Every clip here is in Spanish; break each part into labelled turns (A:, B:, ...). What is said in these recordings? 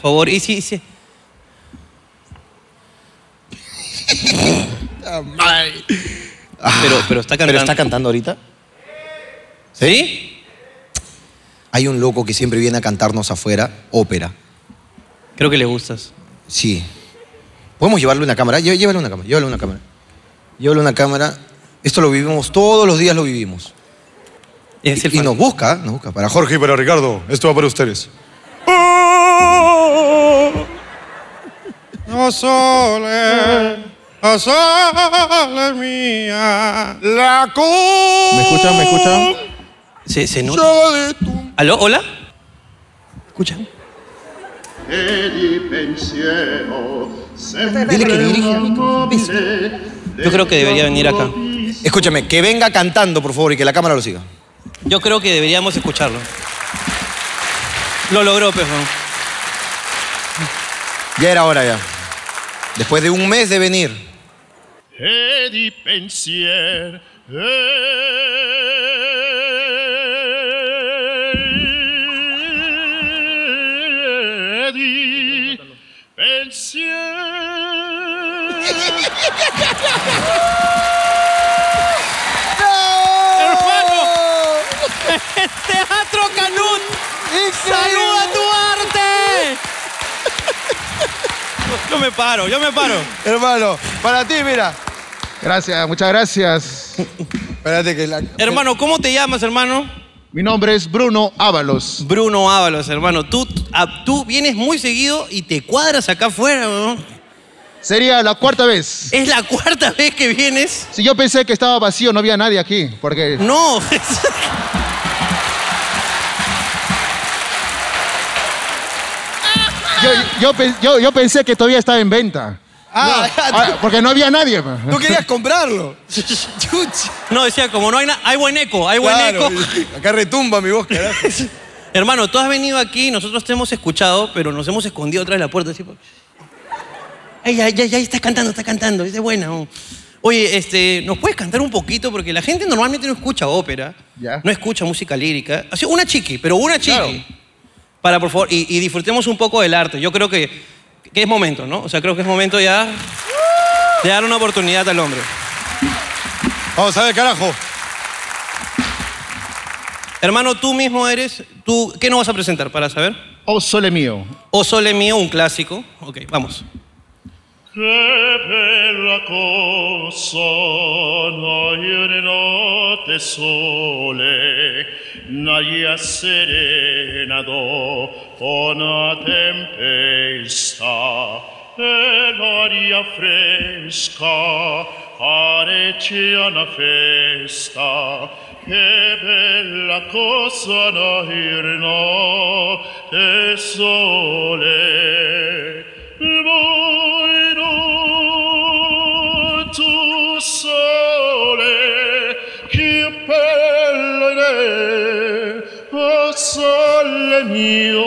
A: favor, y si, si- pero, pero está cantando.
B: ¿Pero está cantando ahorita?
A: ¿Sí?
B: Hay un loco que siempre viene a cantarnos afuera ópera.
A: Creo que le gustas.
B: Sí. ¿Podemos llevarle una cámara? Lle- Llévale una cámara, llévale una cámara. Llévale una cámara. Esto lo vivimos, todos los días lo vivimos.
A: Es el
B: y
A: fan-
B: nos busca, nos busca. Para
C: Jorge
B: Jorge.
C: y para Ricardo, esto va para ustedes.
A: Oh.
D: No sole, no sole mía, la
E: ¿Me escuchan? ¿Me escuchan?
A: Se, se nota.
D: concha de tu
A: ¿Aló? ¿Hola? ¿Escuchan?
B: Dile que dirige.
A: Yo creo que debería venir acá.
B: Escúchame, que venga cantando, por favor, y que la cámara lo siga.
A: Yo creo que deberíamos escucharlo. Lo logró, pejón.
B: Ya era hora ya. Después de un mes de venir.
F: e di pensier e di pensier
A: ¡Teatro Este Canut! ¡Saluda tu arte! Yo me paro, yo me paro.
E: Hermano, para ti, mira. Gracias, muchas gracias.
C: Espérate que la...
A: Hermano, ¿cómo te llamas, hermano?
E: Mi nombre es Bruno Ábalos.
A: Bruno Ábalos, hermano. Tú, a- tú vienes muy seguido y te cuadras acá afuera, weón.
E: Sería la cuarta vez.
A: Es la cuarta vez que vienes.
E: Si yo pensé que estaba vacío, no había nadie aquí, porque
A: No.
E: yo, yo pe- yo- yo pensé que todavía estaba en venta. Ah, porque no había nadie. pa.
B: tú querías comprarlo. Chucha.
A: No, decía, como no hay nada, hay buen eco, hay buen
C: Claro,
A: eco.
C: acá retumba mi voz, carajo.
A: Hermano, tú has venido aquí, nosotros te hemos escuchado, pero nos hemos escondido atrás de la puerta. Así, po- ay, ya, ya, ya, está cantando, está cantando, es de buena. oh. Oye, este, ¿nos puedes cantar un poquito? Porque la gente normalmente no escucha ópera,
E: Ya.
A: no escucha música lírica. Así, una chiqui, pero una chiqui. Para, por favor, y, y disfrutemos un poco del arte. Yo creo que, que es momento, ¿no? O sea, creo que es momento ya de dar una oportunidad al hombre.
C: Vamos a ver, carajo.
A: Hermano, tú mismo eres, tú, ¿qué nos vas a presentar para saber?
E: Oh, sole mío.
A: O Sole Mío, un clásico. Ok, vamos.
F: che bella cosa noi una notte sole naia serena dopo una tempesta e l'aria fresca parecchia una festa che bella cosa noi una notte sole Voi non tu sole che pelle o sole mio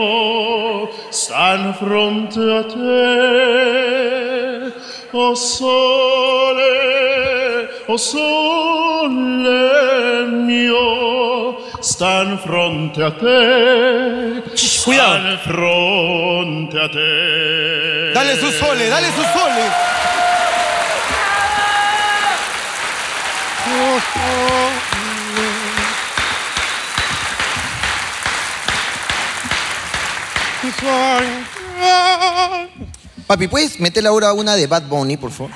F: stan fronte a te o sole o sole mio stan fronte a te
A: Cuidado.
F: Al fronte a te.
C: Dale su sole, dale su sole.
D: sueño.
B: Papi, ¿puedes meterle ahora una de Bad Bunny, por favor?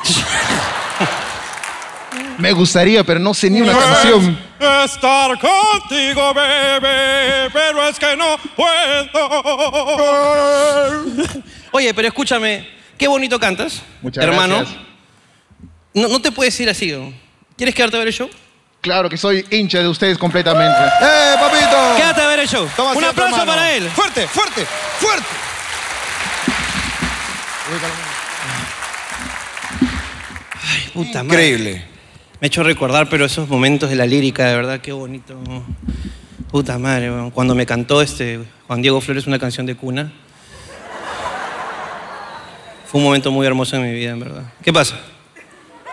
E: Me gustaría, pero no sé ni una canción.
D: Es estar contigo, bebé, pero es que no puedo.
A: Oye, pero escúchame, qué bonito cantas,
E: Muchas
A: hermano.
E: gracias.
A: No, no te puedes ir así. ¿no? ¿Quieres quedarte a ver el show?
E: Claro que soy hincha de ustedes completamente.
C: ¡Eh, papito!
A: Quédate a ver el show.
C: Toma
A: Un
C: asiento,
A: aplauso
C: hermano.
A: para él.
C: Fuerte, fuerte, fuerte.
A: Puta madre.
C: Increíble.
A: Me ha hecho recordar, pero esos momentos de la lírica, de verdad, qué bonito. Puta madre, weón. cuando me cantó este Juan Diego Flores una canción de cuna. Fue un momento muy hermoso en mi vida, en verdad. ¿Qué pasa?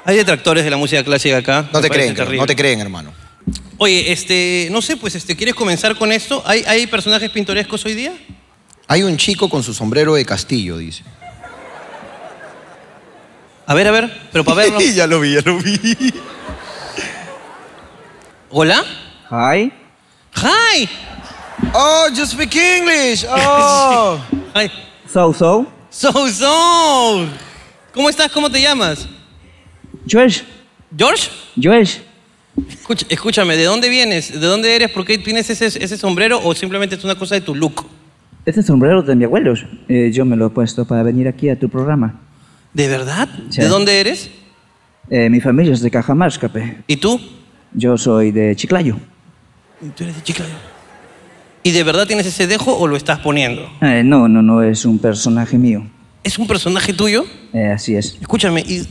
A: Hay detractores de la música clásica
B: No
A: acá. Me
B: te
A: parece
B: creen,
A: terrible.
B: no te creen, hermano.
A: Oye, este, no sé, pues, este, ¿quieres comenzar con esto? ¿Hay, hay personajes pintorescos hoy día?
B: Hay un chico con su sombrero de castillo, dice.
A: A ver, a ver, pero para verlo.
C: ya lo vi, ya lo vi.
A: ¿Hola?
G: Hi.
A: ¡Hi!
B: Oh, you speak English. Oh.
A: Hi.
G: So so.
A: So, so. ¿Cómo estás? ¿Cómo te llamas?
G: George.
A: ¿George?
G: George.
A: Escucha- escúchame, ¿de dónde vienes? ¿De dónde eres? ¿Por qué tienes ese, ese sombrero o simplemente es una cosa de tu look?
G: Este sombrero de mi abuelo, eh, yo me lo he puesto para venir aquí a tu programa.
A: ¿De verdad?
G: Sí.
A: ¿De dónde eres?
G: Eh, mi familia es de Cajamarca, pe.
A: ¿Y tú?
G: Yo soy de Chiclayo.
A: Tú eres de Chiclayo. ¿Y de verdad tienes ese dejo o lo estás poniendo?
G: Eh, no, no, no es un personaje mío.
A: ¿Es un personaje tuyo?
G: Eh, así es.
A: Escúchame, y...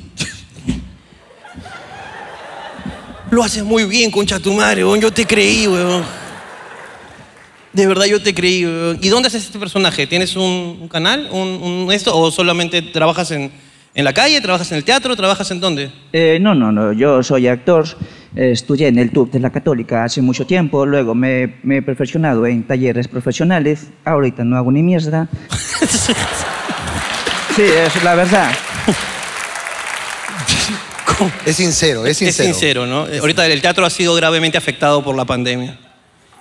A: Lo haces muy bien, concha tu madre, weón. Yo te creí, weón. De verdad, yo te creí, weón. ¿Y dónde haces este personaje? ¿Tienes un, un canal? Un, un esto? ¿O solamente trabajas en, en la calle? ¿Trabajas en el teatro? ¿Trabajas en dónde?
G: Eh, no, no, no. Yo soy actor. eh, Estudié en el TUB de la Católica hace mucho tiempo. Luego me, me he perfeccionado en talleres profesionales. Ahorita no hago ni mierda. Sí, es la verdad.
B: Es sincero, es
A: Es
B: sincero.
A: sincero, ¿no? Eh, Ahorita el teatro ha sido gravemente afectado por la pandemia.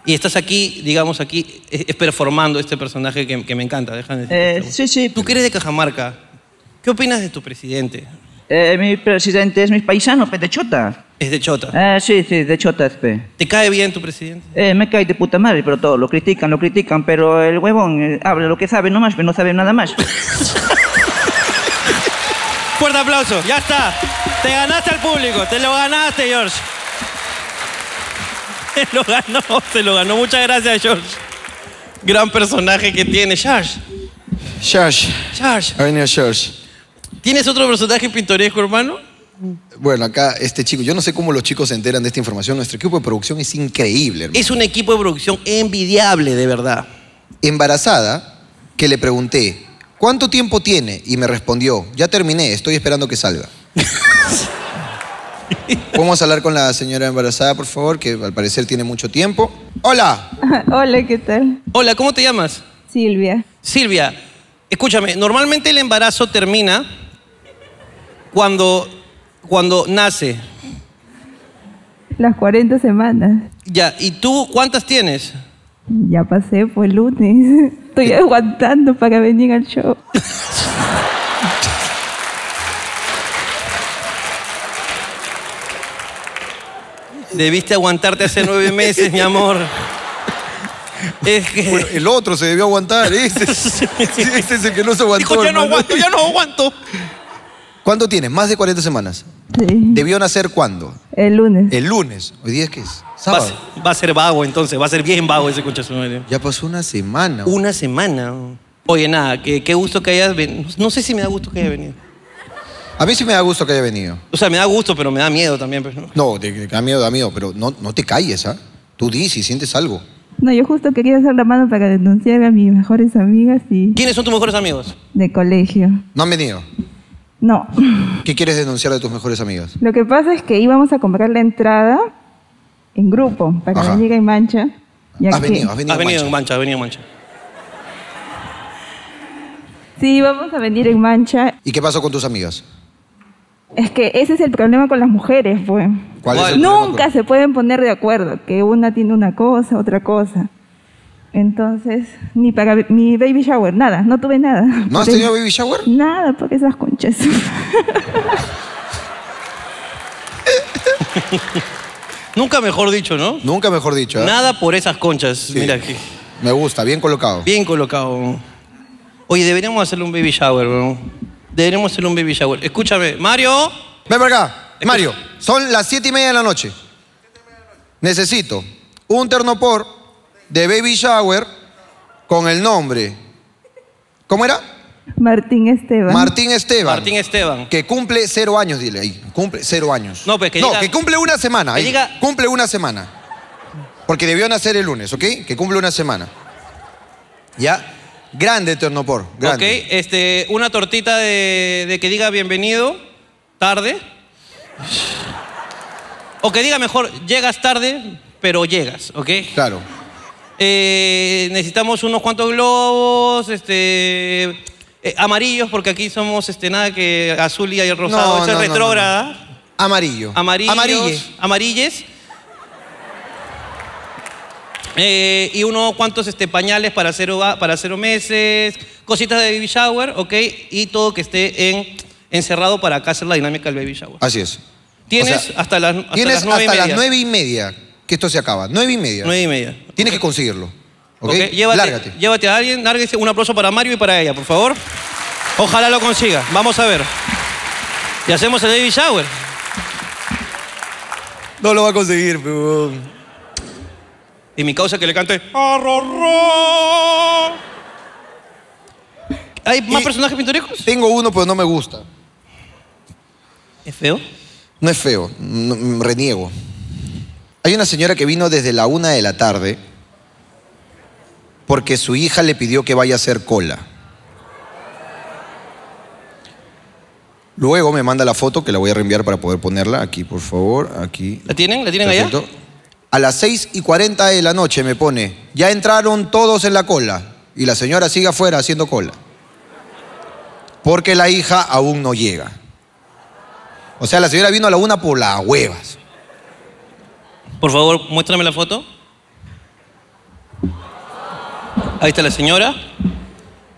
A: Y estás aquí, digamos, aquí, es, es performando este personaje que, que me encanta. Déjame decirte
G: Eh,
A: esto.
G: sí, sí.
A: Tú que eres de Cajamarca, ¿qué opinas de tu presidente?
G: Eh, mi presidente es mi paisano, pe, de Chota.
A: Es de Chota.
G: Eh, sí, sí, de Chota, es, pe.
A: ¿Te cae bien tu presidente?
G: Eh, me cae de puta madre, pero todo, lo critican, lo critican, pero el huevón eh, habla lo que sabe nomás, pero no sabe nada más.
A: Fuerte aplauso, ya está. Te ganaste al público, te lo ganaste, George. Te lo ganó, te lo ganó. Muchas gracias, George. Gran personaje que tiene, George.
B: Shash.
A: George.
B: Ha venido Shash.
A: ¿Tienes otro personaje pintoresco, hermano?
B: Bueno, acá este chico, yo no sé cómo los chicos se enteran de esta información. Nuestro equipo de producción es increíble, hermano.
A: Es un equipo de producción envidiable, de verdad.
B: Embarazada, que le pregunté, ¿cuánto tiempo tiene? Y me respondió, ya terminé, estoy esperando que salga. Podemos hablar con la señora embarazada, por favor, que al parecer tiene mucho tiempo. Hola,
H: Hola, ¿qué tal?
A: Hola, ¿cómo te llamas?
H: Silvia.
A: Silvia, escúchame, normalmente el embarazo termina cuando, cuando nace.
H: Las 40 semanas.
A: Ya, ¿y tú cuántas tienes?
H: Ya pasé, fue el lunes. Estoy aguantando para venir al show.
A: Debiste aguantarte hace nueve meses, mi amor. Es que...
B: Bueno, el otro se debió aguantar, ese, ese es el que no se aguantó.
A: Dijo, ya no
B: hermano".
A: aguanto, ya no aguanto.
B: ¿Cuánto tienes? Más de 40 semanas.
H: Sí.
B: ¿Debió nacer cuándo?
H: El lunes.
B: El lunes. ¿Hoy día es qué es?
A: Va a,
B: Sábado.
A: ser, va a ser vago entonces, va a ser bien vago ese concha de su madre.
B: Ya pasó una semana.
A: Una semana. Oye, nada, qué, qué gusto que hayas venido. No sé si me da gusto que hayas venido.
B: A mí sí me da gusto que haya venido.
A: O sea, me da gusto, pero me da miedo también. Pues, ¿no?
B: No, te, te da miedo, da miedo, pero no, no te calles, ¿ah? Tú di si sientes algo.
H: No, yo justo quería hacer la mano para denunciar a mis mejores amigas y
A: ¿Quiénes son tus mejores amigos?
H: de colegio.
B: No han venido.
H: No.
B: ¿Qué quieres denunciar de tus mejores amigas?
H: Lo que pasa es que íbamos a comprar la entrada en grupo para
B: Ajá.
H: venir en mancha. ya
B: Has
H: que-
B: venido, has venido.
A: Has venido en
B: mancha.
A: mancha, has venido en mancha.
H: Sí, vamos a venir en mancha.
B: ¿Y qué pasó con tus amigas?
H: Es que ese es el problema con las mujeres, pues.
B: ¿Cuál es el problema
H: Nunca
B: con-
H: se pueden poner de acuerdo, que una tiene una cosa, otra cosa. Entonces, ni para mi baby shower, nada, no tuve nada.
B: ¿No has
H: Por
B: tenido
H: eso-
B: baby shower?
H: Nada, porque esas conchas.
A: Nunca mejor dicho, ¿no?
B: Nunca mejor dicho, ¿ah?
A: Nada por esas conchas. Mira aquí.
B: Me gusta, bien colocado.
A: Bien colocado. Oye, deberíamos hacerle un baby shower, bro. Deberíamos hacerle un baby shower. Escúchame, Mario.
B: Ven para acá, Mario. Son las siete y media de la noche. Necesito un terno por de baby shower con el nombre. ¿Cómo era?
H: Martín Esteban.
B: Martín Esteban.
A: Martín Esteban.
B: Que cumple cero años, dile ahí. Cumple cero años.
A: No, pues, que diga-
B: que cumple una semana.
A: que
B: ahí.
A: diga-
B: Cumple una semana. Porque debió nacer el lunes, ¿ok? Que cumple una semana. ¿Ya? Grande Ternopor. Grande.
A: Ok, este, una tortita de, de que diga bienvenido, tarde. O que diga mejor, llegas tarde, pero llegas, ¿ok?
B: Claro.
A: eh, necesitamos unos cuantos globos, este, eh, amarillos, porque aquí somos este, nada que azul y rosado,
B: No,
A: eso
B: no, no,
A: es
B: no,
A: retrógrada.
B: Amarillo.
A: Amarillos.
B: Amarille.
A: Amarilles. Eh, y unos cuantos este, pañales para cero, va- para cero meses, cositas de baby shower, ¿ok? Y todo que esté en, encerrado para acá hacer la dinámica del baby shower.
B: Así es.
A: Tienes
B: O sea,
A: hasta las, hasta
B: Tienes
A: las nueve y
B: hasta las
A: media.
B: nueve y media que esto se acaba. Nueve y media.
A: Nueve y media.
B: Tienes que conseguirlo. ¿Ok?
A: Ok, Llévate,
B: Lárgate.
A: llévate a alguien, lárguese. Un aplauso para Mario y para ella, por favor. Ojalá lo consiga. Vamos a ver. Y hacemos el baby shower.
B: No lo va a conseguir, pebón.
A: Y mi causa que le cante.
D: Arrorró.
A: ¿Hay más personajes pintorescos?
B: Tengo uno, pero no me gusta.
A: Es feo.
B: No es feo, no- mm, reniego. Hay una señora que vino desde la una de la tarde porque su hija le pidió que vaya a hacer cola. Luego me manda la foto que la voy a reenviar para poder ponerla. Aquí, por favor, aquí.
A: ¿La tienen? ¿La tienen allá?
B: Perfecto. A las 6 y 40 de la noche me pone, ya entraron todos en la cola y la señora sigue afuera haciendo cola. Porque la hija aún no llega. O sea, la señora vino a la una por las huevas.
A: Por favor, muéstrame la foto. Ahí está la señora.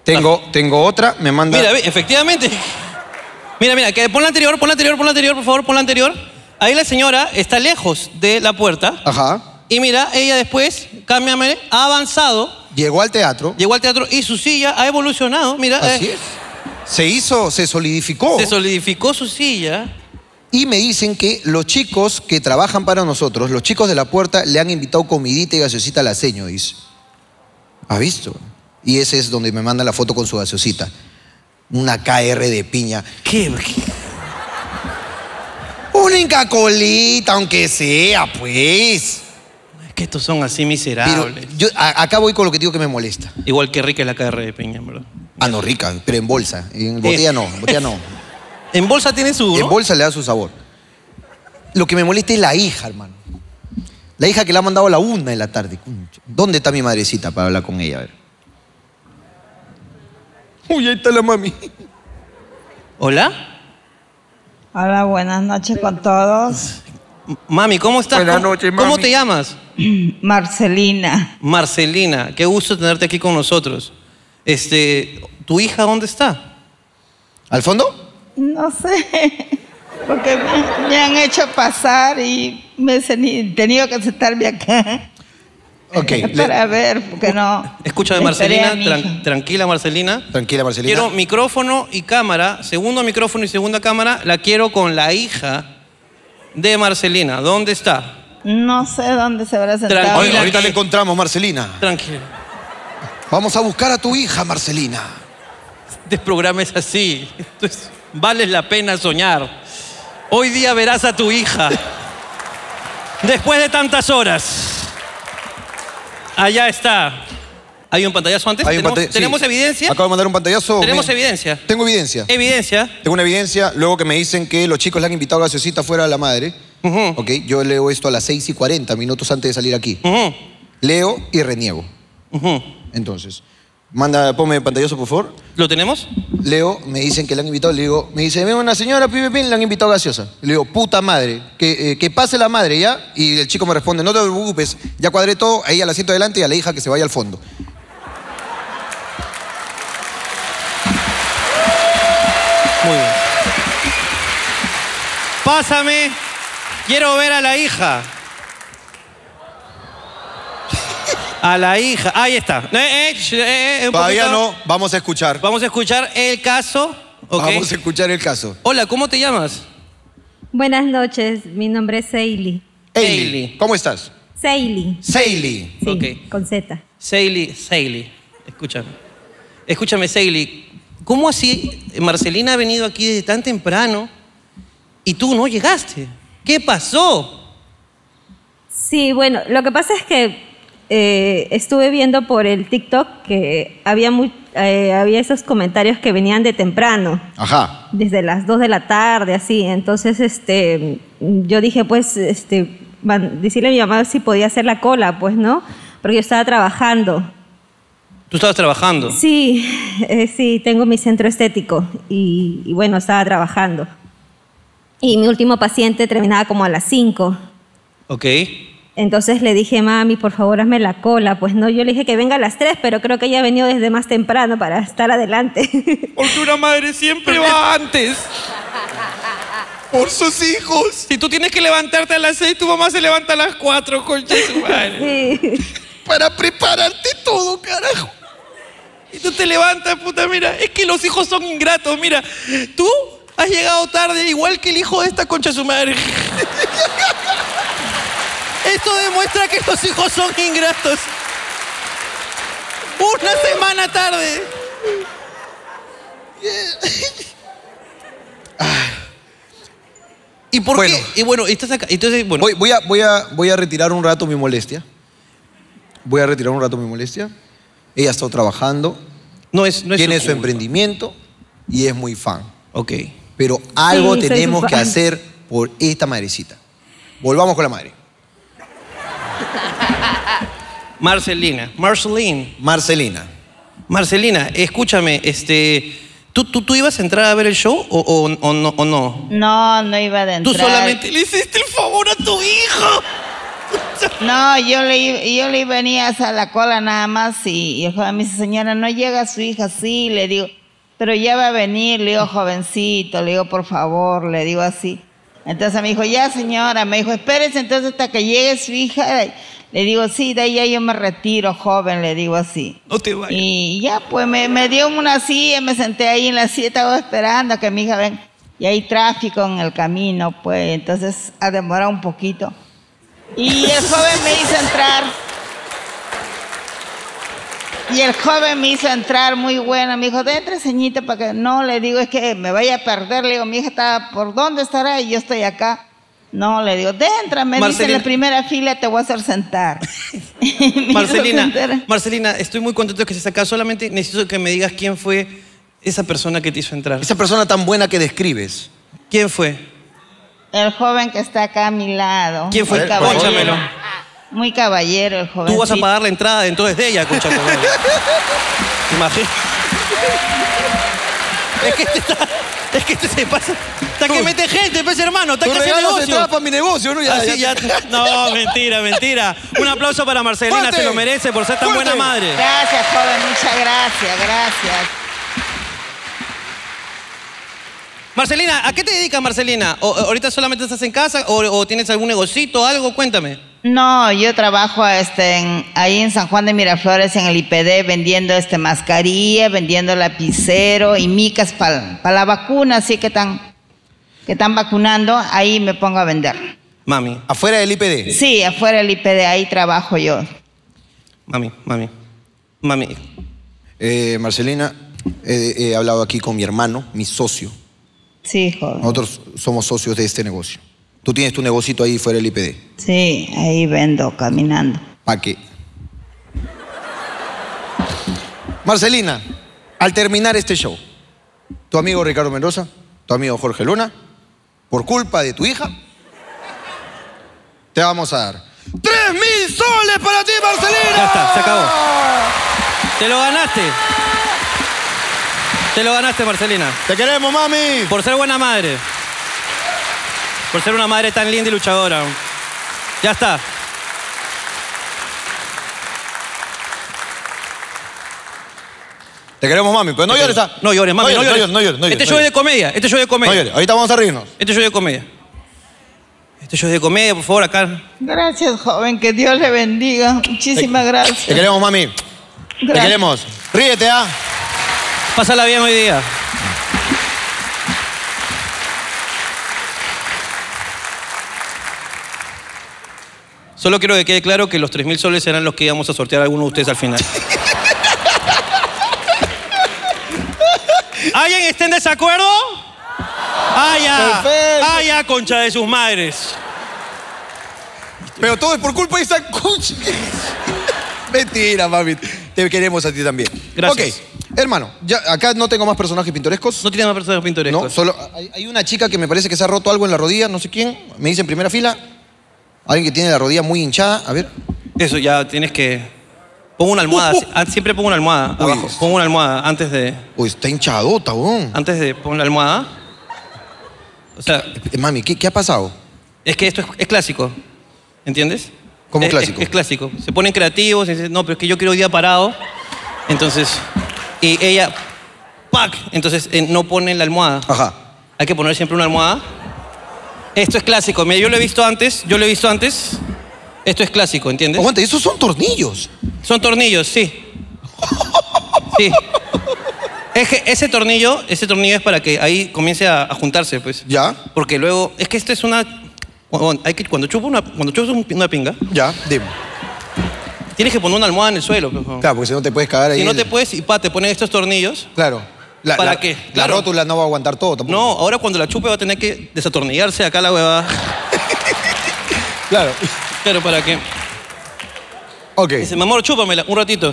B: Tengo, tengo otra, me manda...
A: Mira, ve, efectivamente. Mira, mira, que pon la anterior, pon la anterior, pon la anterior, por favor, pon la anterior. Ahí la señora está lejos de la puerta.
B: Ajá.
A: Y mira, ella después, cámbiame, ha avanzado,
B: Llegó al teatro.
A: llegó al teatro y su silla ha evolucionado. Mira,
B: Así
A: eh,
B: es. Se hizo, se solidificó.
A: se solidificó su silla.
B: Y me dicen que los chicos que trabajan para nosotros, los chicos de la puerta, le han invitado comidita y gaseosita a la seño, dice. ¿Has visto? Y ese es donde me manda la foto con su gaseosita. Una KR de piña.
A: ¿Qué?
B: Una Inca Colita, aunque sea, pues.
A: Es que estos son así
B: Pero
A: miserables.
B: yo a- acá voy con lo que digo que me molesta.
A: Igual que rica es la KR de Peña, en ¿verdad?
B: Ah, no, rica, pero en bolsa. En botella no, en botella no.
A: En bolsa tiene su.
B: En
A: ¿no?
B: bolsa le da su sabor. Lo que me molesta es la hija, hermano. La hija que la ha mandado a la una de la tarde. Concha. ¿Dónde está mi madrecita para hablar con ella? A ver. Uy, ahí está la mami.
A: ¿Hola?
I: Hola, buenas noches con todos.
A: M- Mami, ¿cómo estás?
I: Buenas
A: ¿Cómo-
I: noches,
A: ¿Cómo
I: mami.
A: te llamas?
I: Marcelina
A: Marcelina, qué gusto tenerte aquí con nosotros. Este, ¿tu hija dónde está?
B: ¿Al fondo?
I: No sé, porque me, me han hecho pasar y me he seni- tenido que sentarme acá
B: Ok. le-
I: para ver, porque no.
A: Escúchame,
I: esperé a
A: Marcelina,
I: mi
A: tran-
I: hija.
A: tranquila, Marcelina.
B: Tranquila, Marcelina.
A: Quiero micrófono y cámara, segundo micrófono y segunda cámara, la quiero con la hija de Marcelina. ¿Dónde está?
I: No sé dónde se habrá sentado.
A: Tranquila.
B: Ahorita- Ahorita la encontramos, Marcelina.
A: Tranquila.
B: Vamos a buscar a tu hija, Marcelina.
A: Este programa es así. Entonces, vale la pena soñar. Hoy día verás a tu hija. Después de tantas horas. Allá está. ¿Hay un pantallazo antes?
B: Hay un
A: ¿Tenemos,
B: pantalla- sí.
A: tenemos evidencia?
B: Acabo de mandar un pantallazo.
A: Tenemos
B: Me-
A: evidencia.
B: Tengo evidencia.
A: Evidencia.
B: Tengo una evidencia, luego que me dicen que los chicos le han invitado a gaseosita fuera a la madre.
A: Ujú.
B: Ok, yo leo esto a las 6 y 40 minutos antes de salir aquí.
A: Ujú,
B: Leo y reniego.
A: ujú.
B: Entonces, manda, ponme pantallazo, por favor.
A: ¿Lo tenemos?
B: Leo, me dicen que le han invitado. Le digo, me dice, ven una señora, pibe, pin, le han invitado gaseosa. Le digo, puta madre, que, eh, que pase la madre, ¿ya? Y el chico me responde, no te preocupes, ya cuadré todo, a ella la siento adelante y a la hija que se vaya al fondo.
A: Muy bien. Pásame. Quiero ver a la hija. A la hija. Ahí está. Eh, eh, sh- eh, eh, un
B: Todavía
A: poquito.
B: no, vamos a escuchar.
A: Vamos a escuchar el caso. ¿ok?
B: Vamos a escuchar el caso.
A: Hola, ¿cómo te llamas?
J: Buenas noches, mi nombre es Seili.
A: Hailey.
B: Hailey, ¿cómo estás?
J: Seili,
B: Hailey.
J: sí,
A: Ok.
J: con Z.
A: Seili. Seili. Escúchame. Escúchame, Seili. ¿Cómo así Marcelina ha venido aquí desde tan temprano y tú no llegaste? ¿Qué pasó?
J: Sí, bueno, lo que pasa es que eh, estuve viendo por el TikTok que había, mu- eh, había esos comentarios que venían de temprano,
B: Ajá.
J: desde las 2 de la tarde, así. Entonces, este, yo dije, pues, este, van- decirle a mi mamá si podía hacer la cola, pues, ¿no? porque yo estaba trabajando.
A: Tú estabas trabajando.
J: Sí, eh, sí, tengo mi centro estético y, y bueno, estaba trabajando. Y mi último paciente terminaba como a las 5.
A: Ok.
J: Entonces le dije, mami, por favor, hazme la cola. Pues no, yo le dije que venga a las 3, pero creo que ella ha venido desde más temprano para estar adelante.
D: Porque una madre siempre va antes. Por sus hijos. Si tú tienes que levantarte a las seis, tu mamá se levanta a las cuatro, concha de su madre. Para prepararte todo, carajo. Y tú te levantas, puta, mira. Es que los hijos son ingratos, mira. Tú has llegado tarde, igual que el hijo de esta concha de su madre.
A: Esto demuestra que los hijos son ingratos. Una semana tarde. ¿Y por qué? Y bueno, estás acá. Entonces, bueno.
B: Voy, voy a, voy, a, voy a retirar un rato mi molestia. Voy a retirar un rato mi molestia. Ella está trabajando.
A: No es, no es
B: tiene
A: su
B: su,
A: culpa.
B: emprendimiento y es muy fan.
A: Ok.
B: Pero algo
A: Sí, soy
B: tenemos
A: su
B: que
A: fan.
B: hacer por esta madrecita. Volvamos con la madre.
A: Marcelina. Marceline.
B: Marcelina.
A: Marcelina, escúchame, este. ¿Tú, tú, tú ibas a entrar a ver el show o, o- o no, o no?
I: No, no iba de
A: Tú
I: entrar.
A: solamente le hiciste el favor a tu hijo.
I: No, yo le, i- yo le venía a hacer la cola nada más y, y el joven me dice, señora, no llega su hija, sí, le digo, pero ya va a venir, le digo, jovencito, le digo, por favor, le digo así. Entonces me dijo, ya señora, me dijo, espérese entonces hasta que llegue su hija. Le digo, sí, de ahí ya yo me retiro, joven, le digo así.
D: No te vayas.
I: Y ya, pues me, me dio una silla, me senté ahí en la silla, estaba esperando a que mi hija venga. Y hay tráfico en el camino, pues entonces ha demorado un poquito. Y el joven me hizo entrar. Y el joven me hizo entrar muy bueno. Me dijo, entre señita, para que no le digo, es que me vaya a perder. Le digo, mi hija está, ¿por dónde estará? Y yo estoy acá. No, le digo, entra, me dice en
A: Marcelina.
I: la primera fila, te voy a hacer sentar.
A: Marcelina, Marcelina, estoy muy contento que estés acá. Solamente necesito que me digas quién fue esa persona que te hizo entrar.
B: Esa persona tan buena que describes.
A: ¿Quién fue?
I: El joven que está acá a mi lado.
A: ¿Quién fue?
I: Muy caballero,
A: Cónchamelo.
I: muy caballero el joven.
A: Tú vas a pagar la entrada entonces de ella, cónchamelo. Imagínate. Es que, este está- es que este se pasa. Está que mete gente, pues hermano. Está
B: Tu
A: que hace
B: regalo se
A: negocio.
B: traba para mi negocio, ¿no? Ya,
A: Así,
B: ya.
A: Ah, ya- No, mentira, mentira. Un aplauso para Marcelina,
I: Fuerte.
A: se lo merece por ser tan buena madre.
I: Gracias, joven, muchas gracias, gracias.
A: Marcelina, ¿a qué te dedicas, Marcelina? ¿O- o ¿Ahorita solamente estás en casa o, o tienes algún negocito, algo? Cuéntame.
I: No, yo trabajo este, en- ahí en San Juan de Miraflores, en el IPD, vendiendo este, mascarilla, vendiendo lapicero y micas para la vacuna, así que están, que están vacunando, ahí me pongo a vender.
A: Mami,
B: Afuera del IPD.
I: Sí, afuera del IPD, ahí trabajo yo.
A: mami, mami. Mami.
B: Eh, Marcelina, eh, he hablado aquí con mi hermano, mi socio.
I: Sí, joven.
B: Nosotros somos socios de este negocio. Tú tienes tu negocito ahí fuera del IPD.
I: Sí, ahí vendo caminando.
B: ¿Para qué? Marcelina, al terminar este show, tu amigo Ricardo Mendoza, tu amigo Jorge Luna, por culpa de tu hija, te vamos a dar. ¡Tres mil soles para ti, Marcelina!
A: Ya está, se acabó. Te lo ganaste. Te lo ganaste, Marcelina.
C: Te queremos, mami.
A: Por ser buena madre. Por ser una madre tan linda y luchadora. Ya está.
B: Te queremos, mami, pero no llores. ah.
A: No llores, mami, no llores.
B: No llores, no llores.
A: Este show es de comedia, este show es de comedia.
B: No llores, ahorita vamos a reírnos.
A: Este show es de comedia. Este show es de comedia, por favor, acá.
I: Gracias, joven, que Dios le bendiga. Muchísimas gracias.
B: Te queremos, mami. Te
I: Gracias.
B: queremos. Ríete, ¿ah?
A: Pásala bien hoy día. Solo quiero que quede claro que los 3.000 soles eran los que íbamos a sortear a alguno de ustedes al final. ¿Alguien está en desacuerdo? Ah, ¡Aya! ¡Aya, concha de sus madres!
B: Pero todo es por culpa de esa concha. Mentira, mami. Te queremos a ti también.
A: Gracias.
B: Ok, hermano, ya acá no tengo más personajes pintorescos.
A: No tiene más personas pintorescos.
B: No, solo hay, hay una chica que me parece que se ha roto algo en la rodilla, no sé quién. Me dice en primera fila. Alguien que tiene la rodilla muy hinchada. A ver.
A: Eso ya tienes que. Pongo una
B: Uh,
A: almohada. si- ah, Siempre pongo una almohada abajo. Pongo una almohada antes de.
B: Uy, está hinchadota, weón.
A: Antes de poner la almohada. O sea.
B: Eh, Mami, ¿qué, qué ha pasado?
A: Es que esto es, es clásico. ¿Entiendes? Eh,
B: ¿Cómo
A: Es- es-
B: clásico?
A: Es, clásico. Se ponen creativos y dicen, no, pero es que yo quiero hoy día parado. Entonces. Y ella. ¡Pac! Entonces eh, no pone la almohada.
B: Ajá.
A: Hay que poner siempre una almohada. Esto es clásico. Mira, yo lo he visto antes. Yo lo he visto antes. Esto es clásico, ¿entiendes?
B: Aguante, esos son tornillos.
A: Son tornillos, sí. Sí. Es que ese tornillo, ese tornillo es para que ahí comience a, a juntarse, pues.
B: Ya.
A: Porque luego, es que esto es una, huevón, hay que cuando chupas una, cuando chupas un- una pinga,
B: Ya, dime.
A: tienes que poner una almohada en el suelo. pues, huevón.
B: Claro, porque si no te puedes cagar ahí.
A: Si no
B: el-
A: te puedes, y pa, te ponen estos tornillos.
B: Claro. La-
A: ¿Para
B: la-
A: qué?
B: La rótula no va a aguantar todo tampoco.
A: No, ahora cuando la chupe va a tener que desatornillarse acá la huevada.
B: claro.
A: Claro, ¿para qué?
B: Ok.
A: Dice, mi amor, chúpamela un ratito.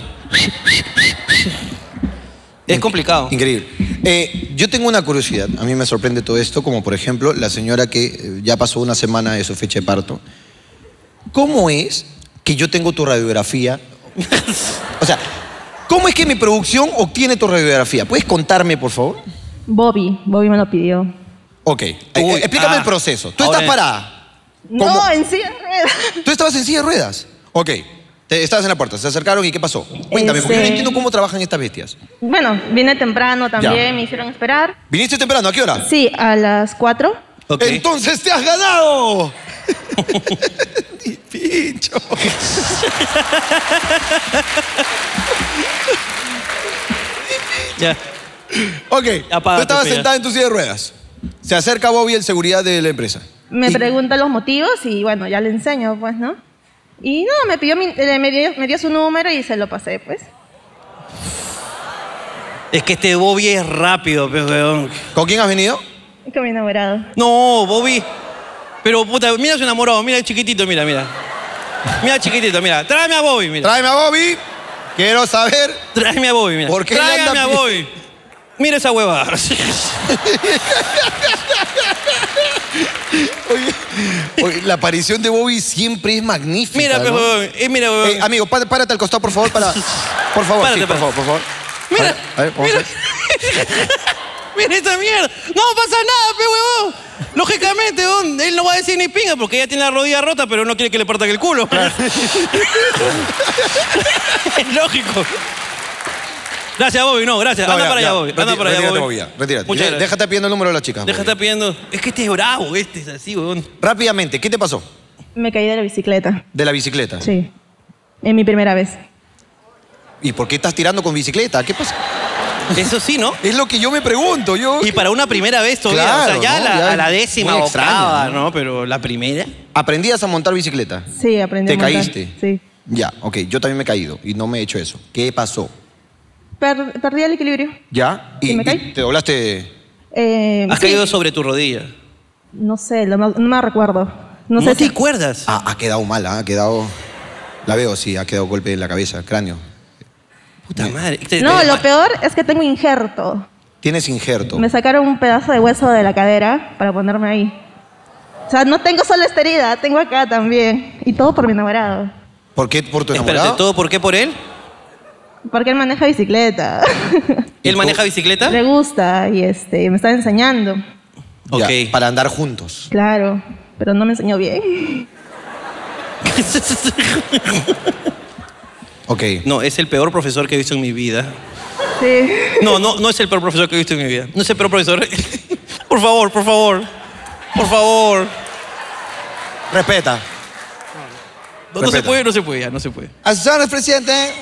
A: Es complicado.
B: Increíble. Eh, yo tengo una curiosidad. A mí me sorprende todo esto, como por ejemplo la señora que eh, ya pasó una semana de su fecha de parto. ¿Cómo es que yo tengo tu radiografía? o sea, ¿cómo es que mi producción obtiene tu radiografía? ¿Puedes contarme, por favor?
K: Bobby, Bobby me lo pidió.
B: Ok. Eh, eh, explícame el proceso. Tú estás parada. ¿Cómo?
K: No, en sí, en realidad.
B: Tú estabas en silla de ruedas. Ok. Te, estabas en la puerta, se acercaron y ¿qué pasó? Cuéntame, porque yo no
K: Este-
B: entiendo cómo trabajan estas bestias.
K: Bueno, vine temprano también,
B: Ya.
K: me hicieron esperar.
B: ¿Viniste temprano? ¿A qué hora?
K: Sí, a las 4.
B: Entonces te has ganado.
C: Pincho.
A: Ya.
B: Ok. Tú
C: Apaga
B: estabas
C: tu pila.
B: sentada en tu silla de ruedas. Se acerca Bobby, el seguridad de la empresa.
K: Me pregunta los motivos y bueno, ya le enseño, pues, ¿no? Y no, me pidió, mi- eh, me dio, me dio su número y se lo pasé, pues.
A: Es que este Bobby es rápido, pe, weón.
B: ¿Con quién has venido?
K: Con mi enamorado.
A: No, Bobby. Pero puta, mira su enamorado, mira el chiquitito, mira, mira. Mira el chiquitito, mira. Tráeme a Bobby, mira.
B: Tráeme a Bobby. Quiero saber.
A: Tráeme a Bobby, mira.
B: ¿Por qué le anda
A: Tráeme a
B: pi-
A: Bobby. Mira esa hueva.
B: Oye, la aparición de Bobby siempre es magnífica.
A: Mira,
B: ¿no?
A: pues, huevón, eh, mira, huevón.
B: Eh, amigo, pá- párate al costado, por favor, para. Por favor,
A: Párate,
B: sí, por
A: párate.
B: favor, por favor.
A: Mira,
B: A ver, vamos a ver.
A: mira esta mierda. No pasa nada, pe huevón. Lógicamente, huevón, él no va a decir ni pinga porque ella tiene la rodilla rota, pero no quiere que le parta el culo. es lógico. Gracias, Bobby. No, gracias.
B: No,
A: anda
B: ya,
A: para allá,
B: ya.
A: Bobby. Anda
B: Reti-
A: para allá,
B: retírate,
A: Bobby.
B: Bobby, ya, Retírate.
A: Muchas
B: Ya,
A: gracias.
B: Déjate pidiendo el número de las chicas.
A: Deja estar pidiendo. Es que este es bravo, este es así, huevón.
B: Bobby. Rápidamente, ¿qué te pasó?
K: Me caí de la bicicleta.
B: De la bicicleta.
K: Sí. Es mi primera vez.
B: ¿Y por qué estás tirando con bicicleta? ¿Qué pasa?
A: Eso sí, ¿no?
B: Es lo que yo me pregunto. Yo...
A: Y para una primera vez todavía,
B: Claro,
A: o sea, ya, a
B: ¿no?
A: la,
B: Ya
A: a la
B: es
A: décima
B: muy
A: o
B: extraño,
A: octava,
B: ¿no?
A: ¿no? Pero la primera.
B: ¿Aprendías a montar bicicleta?
K: Sí, aprendí
B: ¿Te
K: a montar.
B: caíste?
K: Sí.
B: Ya, ok. Yo también me he caído y no me he hecho eso. ¿Qué pasó?
K: Per- perdí el equilibrio.
B: ¿Ya? ¿Y,
K: ¿Y me
B: y
K: caí?
B: te doblaste?
K: Eh,
A: Has
K: sí,
A: caído sobre tu rodilla.
K: No sé, lo- no, no me recuerdo. No,
A: ¿No
K: sé
A: te
K: si...
A: acuerdas?
B: Ah, ha quedado mal, ah, ha quedado... La veo, sí, ha quedado golpe en la cabeza, cráneo.
A: Puta madre. Te-
K: No,
A: te-
K: lo peor es que tengo injerto.
B: Tienes injerto.
K: Me sacaron un pedazo de hueso de la cadera para ponerme ahí. O sea, no tengo solo esta herida, tengo acá también. Y todo por mi enamorado.
B: ¿Por qué? ¿Por tu
A: Espérate,
B: enamorado?
A: ¿todo por qué por él?
K: Porque él maneja bicicleta.
A: ¿Él maneja bicicleta?
K: Le gusta y este, me está enseñando.
B: Ya, para andar juntos.
K: Claro, pero no me enseñó bien.
B: Ok.
A: No, es el peor profesor que he visto en mi vida.
K: Sí.
A: No, no, no es el peor profesor que he visto en mi vida. No es el peor profesor. Por favor, por favor. Por favor.
B: Respeta.
A: No, no se
B: Respeta.
A: puede, no se puede, ya, no se puede.
B: Asesor, presidente.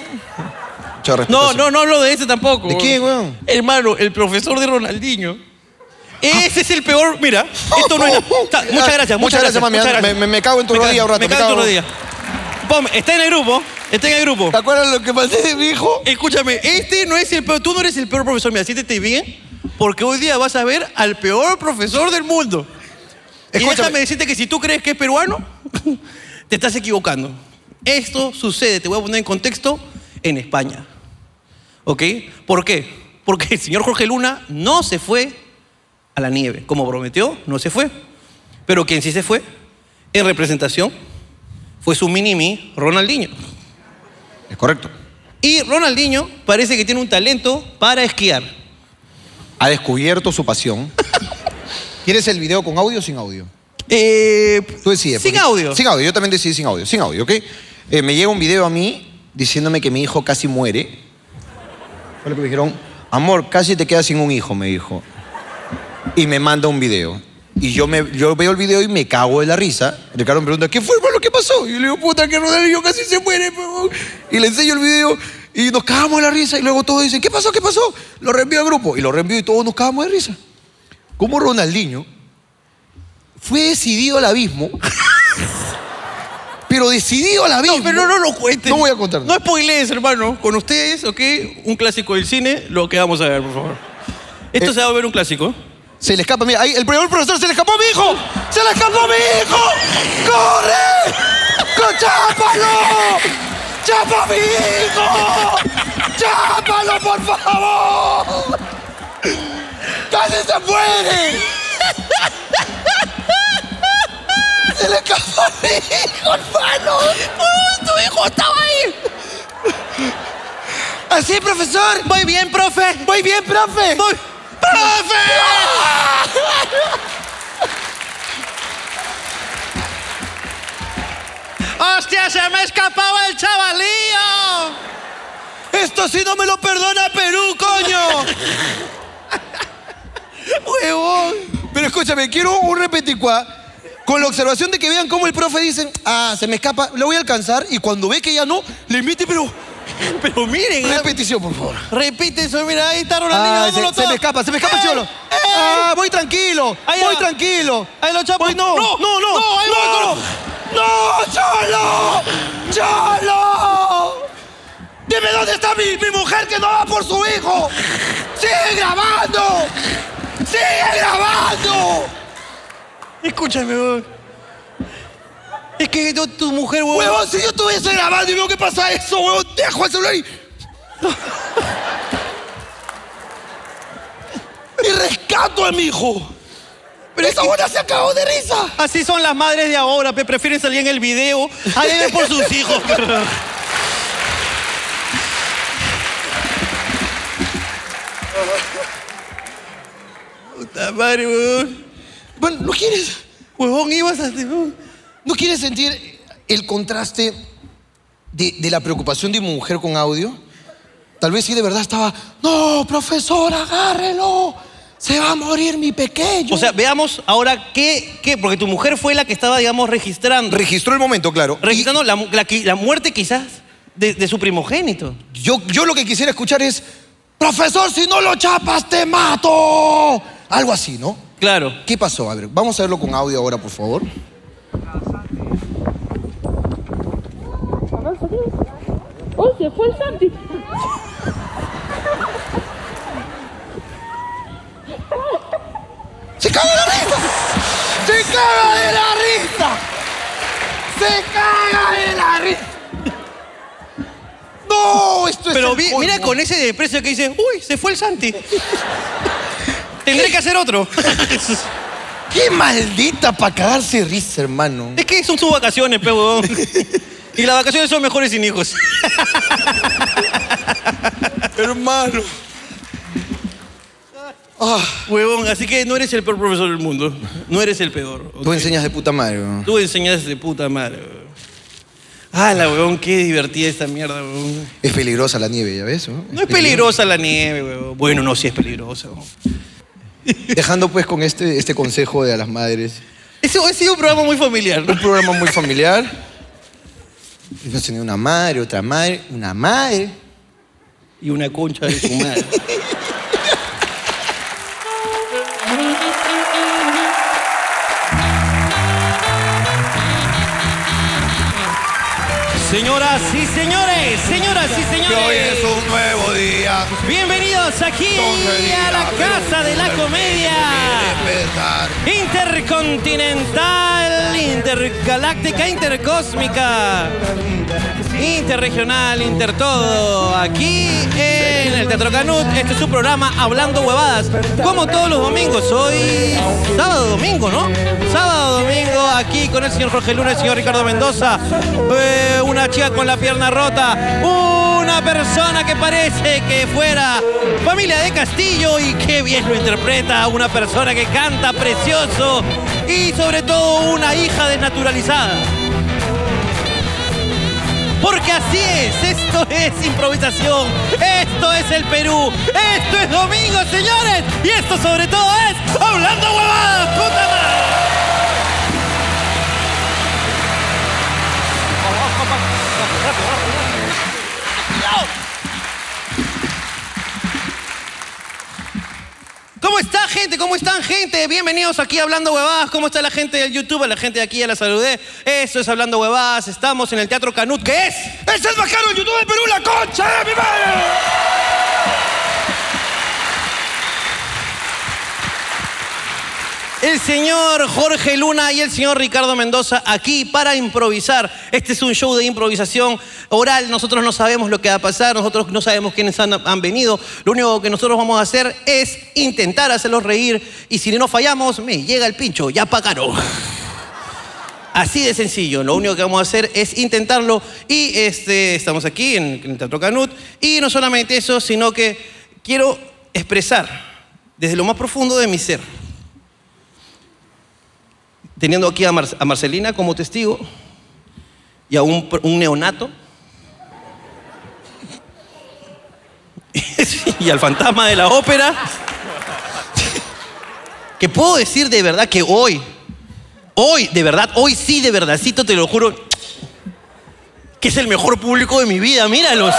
B: Mucho respeto,
A: No,
B: sí.
A: no, no hablo de ese tampoco.
B: ¿De quién, weón?
A: Hermano, el profesor de Ronaldinho. Ese es el peor. Mira, esto no es. Está- muchas gracias, muchas gracias.
B: Ah, mami.
A: muchas
B: Me,
A: gracias.
B: me- me cago en tu
A: Me
B: rodilla
A: cago-
B: un rato.
A: Me cago en tu rodilla. Pom, está en el grupo. Está en el grupo.
B: ¿Te acuerdas lo que pasé de mi hijo?
A: Escúchame, este no es el peor. Tú no eres el peor profesor. Mira, siéntete bien, porque hoy día vas a ver al peor profesor del mundo. Y déjame decirte que si tú crees que es peruano, te estás equivocando. Esto sucede, te voy a poner en contexto, en España. ¿Ok? ¿Por qué? Porque el señor Jorge Luna no se fue a la nieve. Como prometió, no se fue. Pero quien sí se fue, en representación fue su mini-me, Ronaldinho.
B: Es correcto.
A: Y Ronaldinho parece que tiene un talento para esquiar.
B: Ha descubierto su pasión. ¿Quieres el video con audio o sin audio? Tú decides.
A: Eh, sin
B: porque-
A: audio.
B: Sin audio, yo también decidí sin audio. Sin audio, ¿ok? Eh, me llega un video a mí diciéndome que mi hijo casi muere. Fue lo que me dijeron. Amor, casi te quedas sin un hijo, me dijo. Y me manda un video. Y yo, me, yo veo el video y me cago de la risa. Ricardo me pregunta, ¿qué fue, hermano? ¿Qué pasó? Y yo le digo, puta, que Ronaldinho casi se muere, huevón". Y le enseño el video y nos cagamos de la risa. Y luego todos dicen, ¿qué pasó? ¿Qué pasó? Lo reenvío al grupo. Y lo reenvío y todos nos cagamos de risa. Como Ronaldinho fue decidido al abismo. pero decidido al abismo. No, pero no,
A: lo cuentes.
B: No voy a contar.
A: No spoilees, hermano. Con ustedes, ¿ok? Un clásico del cine, lo que vamos a ver, por favor. Esto se va a volver un clásico.
B: Se le escapa, mira, ahí el primer profesor se le escapó a mi hijo. ¡Se le escapó a mi hijo! ¡Corre! ¡Co- ¡Chápalo! ¡Chapa a mi hijo! ¡Chápalo, por favor! ¡Casi se muere! ¡Se le escapó a mi hijo, hermano! ¡Tu hijo estaba ahí!
D: Así, profesor. Muy bien, profe. Muy bien, profe. ¡Profe!
A: ¡Hostia, se me escapaba el chavalío!
D: Esto sí no me lo perdona Perú, coño.
B: ¡Huevón! Pero escúchame, quiero un repeticuá con la observación de que vean cómo el profe dice, ah, se me escapa, lo voy a alcanzar, y cuando ve que ya no, le mete, pero... Pero miren... Repetición, por favor.
A: Repite eso, mira, ahí está Ronaldinho,
B: Ah,
A: dándolo
B: se- se
A: todo.
B: me escapa, se me escapa el
A: ¡Eh!
B: cholo. Ah, voy tranquilo,
A: Ahí
B: voy
A: va.
B: tranquilo.
A: Ahí lo chapo.
B: Voy- no,
A: no,
B: no, no,
A: no, ahí va,
B: no.
D: ¡No, Cholo! ¡Cholo! Dime dónde está mi, mi mujer que no va por su hijo. ¡Sigue grabando! ¡Sigue grabando!
A: Escúchame, huevón. Es que yo- tu mujer, huevón.
D: Huevón, si yo estuviese grabando y veo que pasa eso, huevón, dejo el celular y. y rescato a mi hijo. Pero esa buena se acabó de risa.
A: Así son las madres de ahora, pe, prefieren salir en el video a ver por sus hijos. pe.
B: Puta madre, huevón. Bueno, ¿no quieres? Huevón, ibas a... ¿No quieres sentir el contraste de, de la preocupación de mi mujer con audio? Tal vez sí de verdad estaba... No, profesor, agárrelo. Se va a morir mi pequeño.
A: O sea, veamos ahora qué, qué, porque tu mujer fue la que estaba, digamos, registrando.
B: Registró el momento, claro.
A: Registrando la, mu- la qui- la muerte quizás de, de su primogénito.
B: Yo, yo lo que quisiera escuchar es, profesor, si no lo chapas, te mato. Algo así, ¿no?
A: Claro.
B: ¿Qué pasó? A ver, vamos a verlo con audio ahora, por favor.
D: ¡Oh, se fue el Santi! ¡Se caga de la risa! ¡Se caga de la risa! ¡Se caga de la risa! ¡No! Esto es
A: Pero
D: el
A: vi-
D: colmo.
A: mira con ese desprecio que dice, uy, se fue el Santi. Tendré que hacer otro.
B: ¡Qué maldita para cagarse de risa, hermano!
A: es que son sus vacaciones, pe, huevón. Y las vacaciones son mejores sin hijos.
B: Hermano. Ah.
A: Huevón, así que no eres el peor profesor del mundo. No eres el peor.
B: Tú enseñas de puta madre, weón.
A: Tú enseñas de puta madre, huevón. Ah, la huevón, qué divertida esta mierda, huevón.
B: Es peligrosa la nieve, ¿ya ves?
A: No es peligrosa la nieve, huevón. Bueno, no, sí es peligrosa, huevón.
B: Dejando pues con este, este consejo de a las madres.
A: Ese ha sido un programa muy familiar.
B: Un programa muy familiar. Hemos tenido una madre, otra madre, una madre.
A: Y una concha de su madre. Señoras y señores, Eh, señoras y señores.
C: Hoy es un nuevo día.
A: Bienvenidos aquí a la Casa de la Comedia Intercontinental intergaláctica, intercósmica, interregional, intertodo. Aquí en el Teatro Canut, este es su programa Hablando Huevadas. Como todos los domingos, hoy sábado, domingo, ¿no? Sábado, domingo, aquí con el señor Jorge Luna, el señor Ricardo Mendoza, eh, una chica con la pierna rota, una persona que parece que fuera familia de Castillo y qué bien lo interpreta, una persona que canta precioso y sobre todo una hija desnaturalizada. Porque así es, esto es improvisación, esto es el Perú, esto es domingo, señores, y esto sobre todo es ¡Oh! hablando huevadas, puta madre. ¿Cómo está, gente? ¿Cómo están, gente? Bienvenidos aquí a Hablando Huevadas. ¿Cómo está la gente del YouTube? A la gente de aquí ya la saludé. Eso es Hablando Huevadas. Estamos en el Teatro Canut, ¿qué es? ¡Es el más caro YouTube del Perú, la concha de mi madre! El señor Jorge Luna y el señor Ricardo Mendoza aquí para improvisar. Este es un show de improvisación oral. Nosotros no sabemos lo que va a pasar, nosotros no sabemos quiénes han, han venido. Lo único que nosotros vamos a hacer es intentar hacerlos reír y si no fallamos, me llega el pincho, ya pagaron. Así de sencillo, lo único que vamos a hacer es intentarlo y este, estamos aquí en, en el Teatro Canut y no solamente eso, sino que quiero expresar desde lo más profundo de mi ser teniendo aquí a, Mar- a Marcelina como testigo y a un, pr- un neonato y al fantasma de la ópera, que puedo decir de verdad que hoy, hoy, de verdad, hoy sí, de verdadcito, te lo juro, que es el mejor público de mi vida, míralos.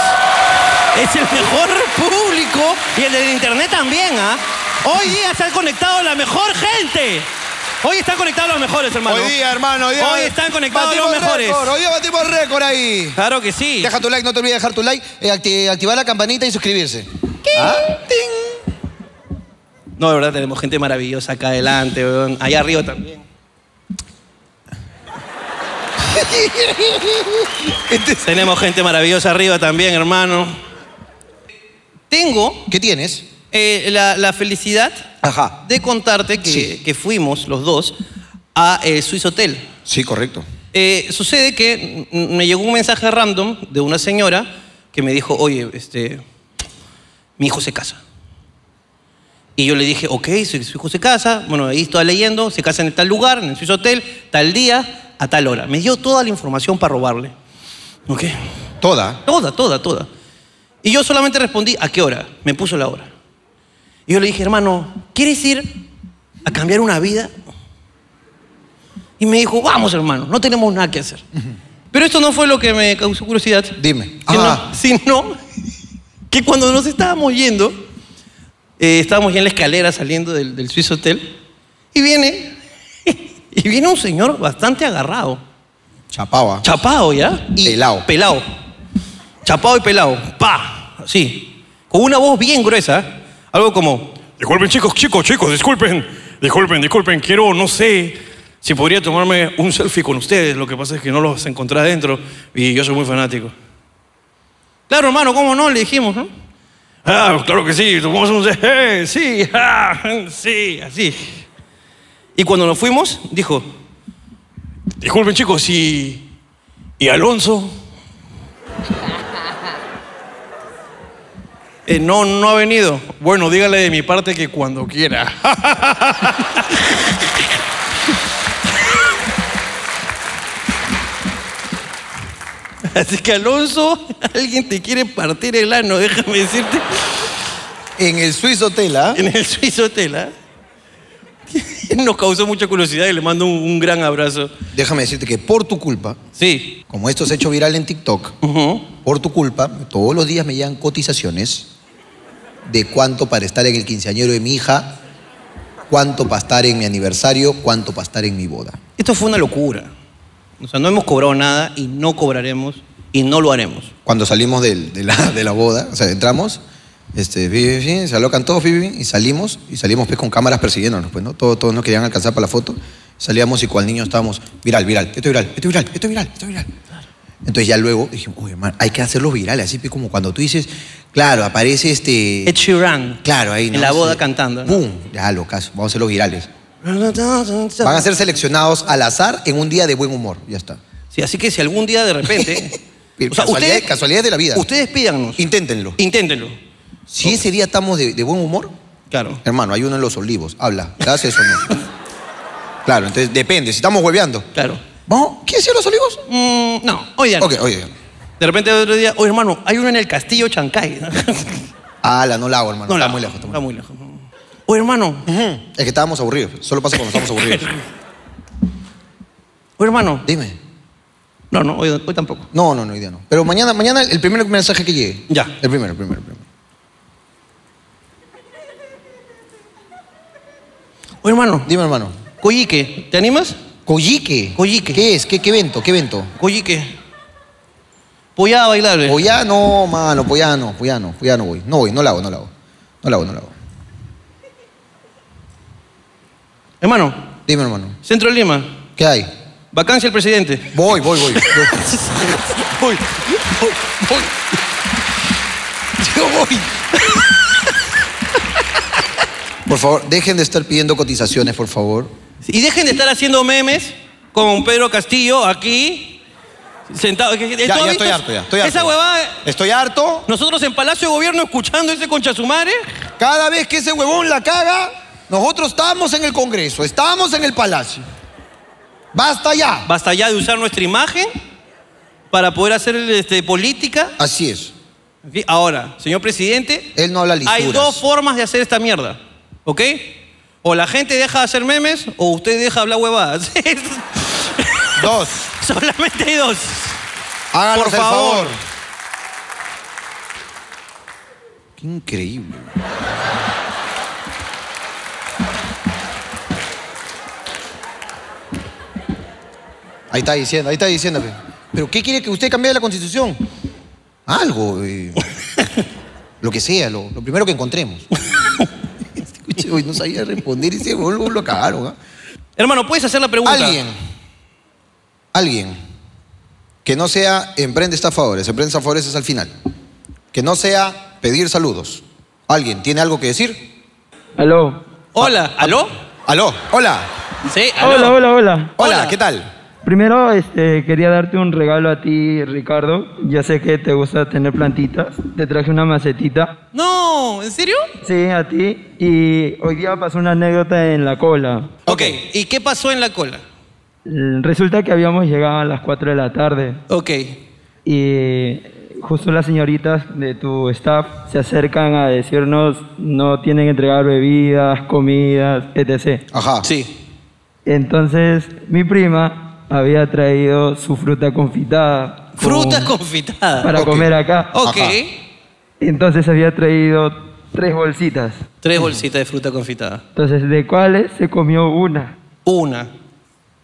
A: Es el mejor público y el del internet también, ¿ah? Hoy día se ha conectado la mejor gente. Hoy están conectados los mejores, hermano.
C: Hoy día, hermano, hoy día-
A: están conectados los
B: Batimos
A: mejores.
B: récord, Hoy día batimos récord ahí.
A: Claro que sí.
B: Deja tu like, no te olvides de dejar tu like, eh, acti- activar la campanita y suscribirse.
A: Ah, No, de verdad, tenemos gente maravillosa acá adelante, weón. Allá arriba también. tenemos gente maravillosa arriba también, hermano. Tengo. eh,
B: ¿Qué tienes?
A: la, la felicidad de contarte que, que fuimos los dos a el Swiss Hotel.
B: Sí, correcto.
A: Eh, sucede que mm, me llegó un mensaje random de una señora que me dijo, oye, este, mi hijo se casa. Y yo le dije, ok, su, su hijo se casa, bueno, ahí estaba leyendo, se casa en tal lugar, en el Swiss Hotel, tal día, a tal hora. Me dio toda la información para robarle. ¿Ok?
B: ¿Toda?
A: Toda, toda, toda. Y yo solamente respondí, ¿a qué hora? Me puso la hora. Y yo le dije, hermano, ¿quieres ir a cambiar una vida? Y me dijo, vamos hermano, no tenemos nada que hacer. Pero esto no fue lo que me causó curiosidad.
B: Dime.
A: Sino, sino que cuando nos estábamos yendo, eh, estábamos ya en la escalera saliendo del, del Swiss Hotel, y viene, y viene un señor bastante agarrado.
B: Chapaba.
A: Chapado, ¿ya? Y pelado. Pelado. Chapado y pelado. Pa, así. Con una voz bien gruesa. Algo como,
F: ¿eh? Disculpen, chicos, chicos, chicos, disculpen. Disculpen, disculpen. Quiero, no sé si podría tomarme un selfie con ustedes. Lo que pasa es que no los encontré adentro y yo soy muy fanático.
A: claro hermano, ¿cómo no? Le dijimos, ¿no?
F: Ah, claro que sí. Tomamos un selfie.
A: Eh, Sí, ah, sí, así. Y cuando nos fuimos, dijo,
F: Disculpen, chicos, y. ¿Y Alonso?
A: eh, no, no ha venido. Bueno, dígale de mi parte que cuando quiera. Así que Alonso, alguien te quiere partir el ano, déjame decirte.
B: En el Swiss Hotel, ¿ah?
A: En el Swiss Hotel, ¿ah? Nos causó mucha curiosidad y le mando un, un gran abrazo.
B: Déjame decirte que por tu culpa,
A: sí.
B: como esto se ha hecho viral en TikTok, por tu culpa, todos los días me llegan cotizaciones de cuánto para estar en el quinceañero de mi hija, cuánto para estar en mi aniversario, cuánto para estar en mi boda.
A: Esto fue una locura. O sea, no hemos cobrado nada y no cobraremos y no lo haremos.
B: Cuando salimos del- de, la, de la boda, o sea, entramos, este, vi, vi, vi, se alocan todos, vi, vi, vi, y salimos, y salimos pues, con cámaras persiguiéndonos, pues, ¿no? Todos, todos nos querían alcanzar para la foto. Salíamos y cual niño estábamos, viral, viral, esto es viral, esto es viral, esto es viral, esto es viral. Entonces ya luego dijimos, oye, man, hay que hacerlos virales, así pues, como cuando tú dices, claro, aparece este... Ed
A: Sheeran.
B: Claro, ahí, ¿no?
A: En la boda
B: Sí.
A: cantando. ¿no?
B: ¡Pum! Ya, lo caso, vamos a hacerlos virales. Van a ser seleccionados al azar en un día de buen humor, ya está.
A: Sí, así que si algún día de repente.
B: o sea, casualidad- casualidades de la vida.
A: Ustedes pídanos.
B: Inténtenlo.
A: Inténtenlo.
B: Si ese día estamos de, de buen humor,
A: claro.
B: Hermano, hay uno en los olivos. Habla, ¿te haces eso o no? claro, entonces depende, si estamos hueveando.
A: Claro.
B: ¿Vamos? ¿Quieres ir a los olivos?
A: mm, no, hoy día no.
B: Ok, oye.
A: De repente otro día, oye hermano, hay uno en el castillo Chancay.
B: Ala, no la hago, hermano.
A: No
B: está
A: la hago,
B: muy lejos. Está muy
A: lejos. Oye hermano,
B: Es que estábamos aburridos. Solo pasa cuando estamos aburridos.
A: oye hermano.
B: Dime.
A: No, no, hoy, hoy tampoco.
B: No, no, no, hoy día no. Pero mañana, mañana el primer mensaje que llegue.
A: Ya.
B: El primero, el primero, el primero.
A: Oye hermano,
B: Dime, hermano.
A: Coyique, ¿te animas?
B: Coyique.
A: Coyique.
B: ¿Qué es? ¿Qué, qué evento? ¿Qué evento?
A: Coyique. Pollada bailable.
B: Pollá no, mano, pollá no, pollá no, pollá no voy. No voy, no la hago, no la hago. No la hago, no la hago.
A: Hermano,
B: Dime, hermano.
A: Centro de Lima,
B: ¿Qué hay?
A: vacancia el presidente.
B: Voy, voy, voy.
A: Voy.
D: Voy. Yo voy.
B: Por favor, dejen de estar pidiendo cotizaciones, por favor.
A: Y dejen de estar haciendo memes con Pedro Castillo aquí, sentado. Ya,
B: ya estoy harto, ya, estoy harto.
A: Esa huevada,
B: Estoy harto.
A: nosotros en Palacio de Gobierno escuchando ese concha su madre.
B: Cada vez que ese huevón la caga, nosotros estamos en el Congreso, estamos en el Palacio. Basta ya.
A: Basta ya de usar nuestra imagen para poder hacer este, política.
B: Así es.
A: Ok, Ahora, señor presidente,
B: Él no habla lisuras.
A: hay dos formas de hacer esta mierda, ¿ok? O la gente deja de hacer memes o usted deja de hablar huevadas.
B: Dos.
A: Solamente hay dos.
B: Háganos
A: Por
B: el favor.
A: favor.
B: Qué increíble. Ahí está diciendo, ahí está diciendo. pe. ¿Pero qué quiere que usted cambie de la constitución? Algo. eh, lo que sea, lo, lo primero que encontremos. Escuche, uy, no sabía responder ese boludo lo cagaron. ¿ah?
A: Hermano, ¿puedes hacer la pregunta?
B: Alguien. Alguien que no sea emprende estafadores, emprende estafadores es al final. Que no sea pedir saludos. ¿Alguien tiene algo que decir? Ah,
L: Aló.
A: Hola, ¿aló?
B: Aló, hola.
A: Sí,
L: Hola, hola, hola.
B: Hola, ¿qué tal?
L: Primero, este, quería darte un regalo a ti, Ricardo. Ya sé que te gusta tener plantitas. Te traje una macetita.
A: No, ¿en serio?
L: Sí, a ti. Y hoy día pasó una anécdota en la cola.
A: Ok, ¿y qué pasó en la cola?
L: Eh, Resulta que habíamos llegado a las 4 de la tarde.
A: Ok.
L: Y justo las señoritas de tu staff se acercan a decirnos no tienen que entregar bebidas, comidas, etc.
B: Ajá.
A: Sí.
L: Entonces, mi prima había traído su fruta confitada.
A: Fruta
L: con-
A: confitada.
L: Para comer acá.
A: Ok.
L: Entonces había traído tres bolsitas.
A: Tres bolsitas de fruta confitada.
L: Entonces, ¿de cuáles se comió una?
A: Una.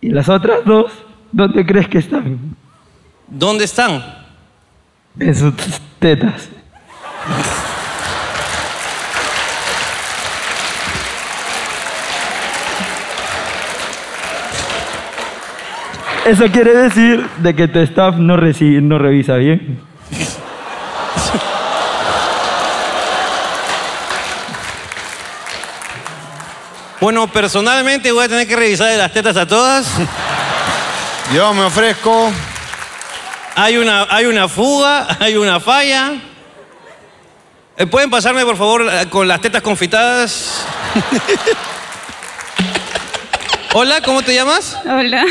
L: ¿Y las otras dos? ¿Dónde crees que están?
A: ¿Dónde están?
L: En sus tetas. Eso quiere decir de que tu staff no, reci- no revisa bien.
A: Bueno, personalmente voy a tener que revisar de las tetas a todas.
B: Yo me ofrezco.
A: Hay una, hay una fuga, hay una falla. Eh, ¿Pueden pasarme, por favor, la- con las tetas confitadas? Hola, ¿cómo te llamas?
M: Hola,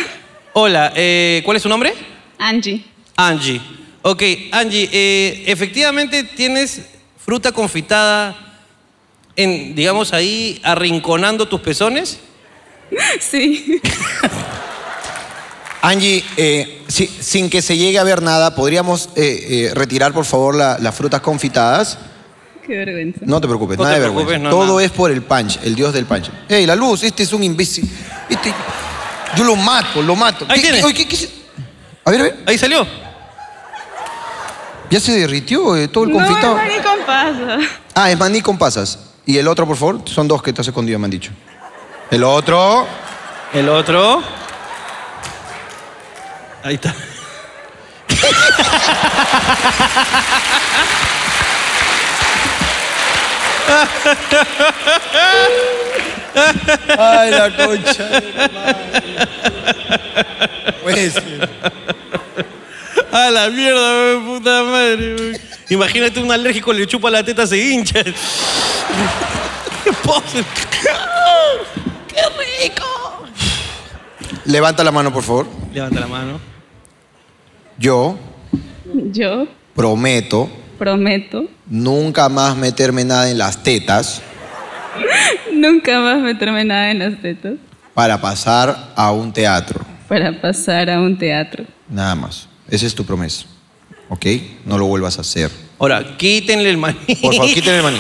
A: Hola, eh, ¿cuál es tu nombre?
M: Angie.
A: Angie. Ok, Angie, eh, efectivamente tienes fruta confitada en, digamos, ahí arrinconando tus pezones.
M: Sí.
B: Angie, eh, si- sin que se llegue a ver nada, ¿podríamos eh, eh, retirar, por favor, la- las frutas confitadas?
M: Qué vergüenza.
B: No te preocupes,
A: No
B: nada
A: te
B: de
A: preocupes,
B: vergüenza.
A: no,
B: Todo
A: nada.
B: es por el punch, el dios del punch. ¡Ey, la luz! Este es un imbécil. Este, yo lo mato, lo mato.
A: Ahí
B: ¿Qué-
A: tienes.
B: qué- oye, qué- qué se- a ver, a ver.
A: Ahí salió.
B: Ya se derritió eh, todo el confitado.
M: No, ni con paso.
B: Ah, es maní con pasas. Y el otro, por favor, son dos que te has escondido, me han dicho. El otro.
A: El otro. Ahí está.
C: Ay, la concha. Pues.
A: A la mierda, weón, puta madre. weón. Imagínate un alérgico le chupa la teta, se hincha.
C: ¡Qué rico!
B: Levanta la mano, por favor.
A: Levanta la mano.
B: Yo
M: Yo
B: prometo
M: prometo
B: nunca más meterme nada en las tetas
M: nunca más meterme nada en las tetas
B: para pasar a un teatro.
M: para pasar a un teatro.
B: Nada más. Esa es tu promesa. ¿Ok? No lo vuelvas a hacer.
A: Ahora, quítenle el maní.
B: Por favor, quítenle el maní.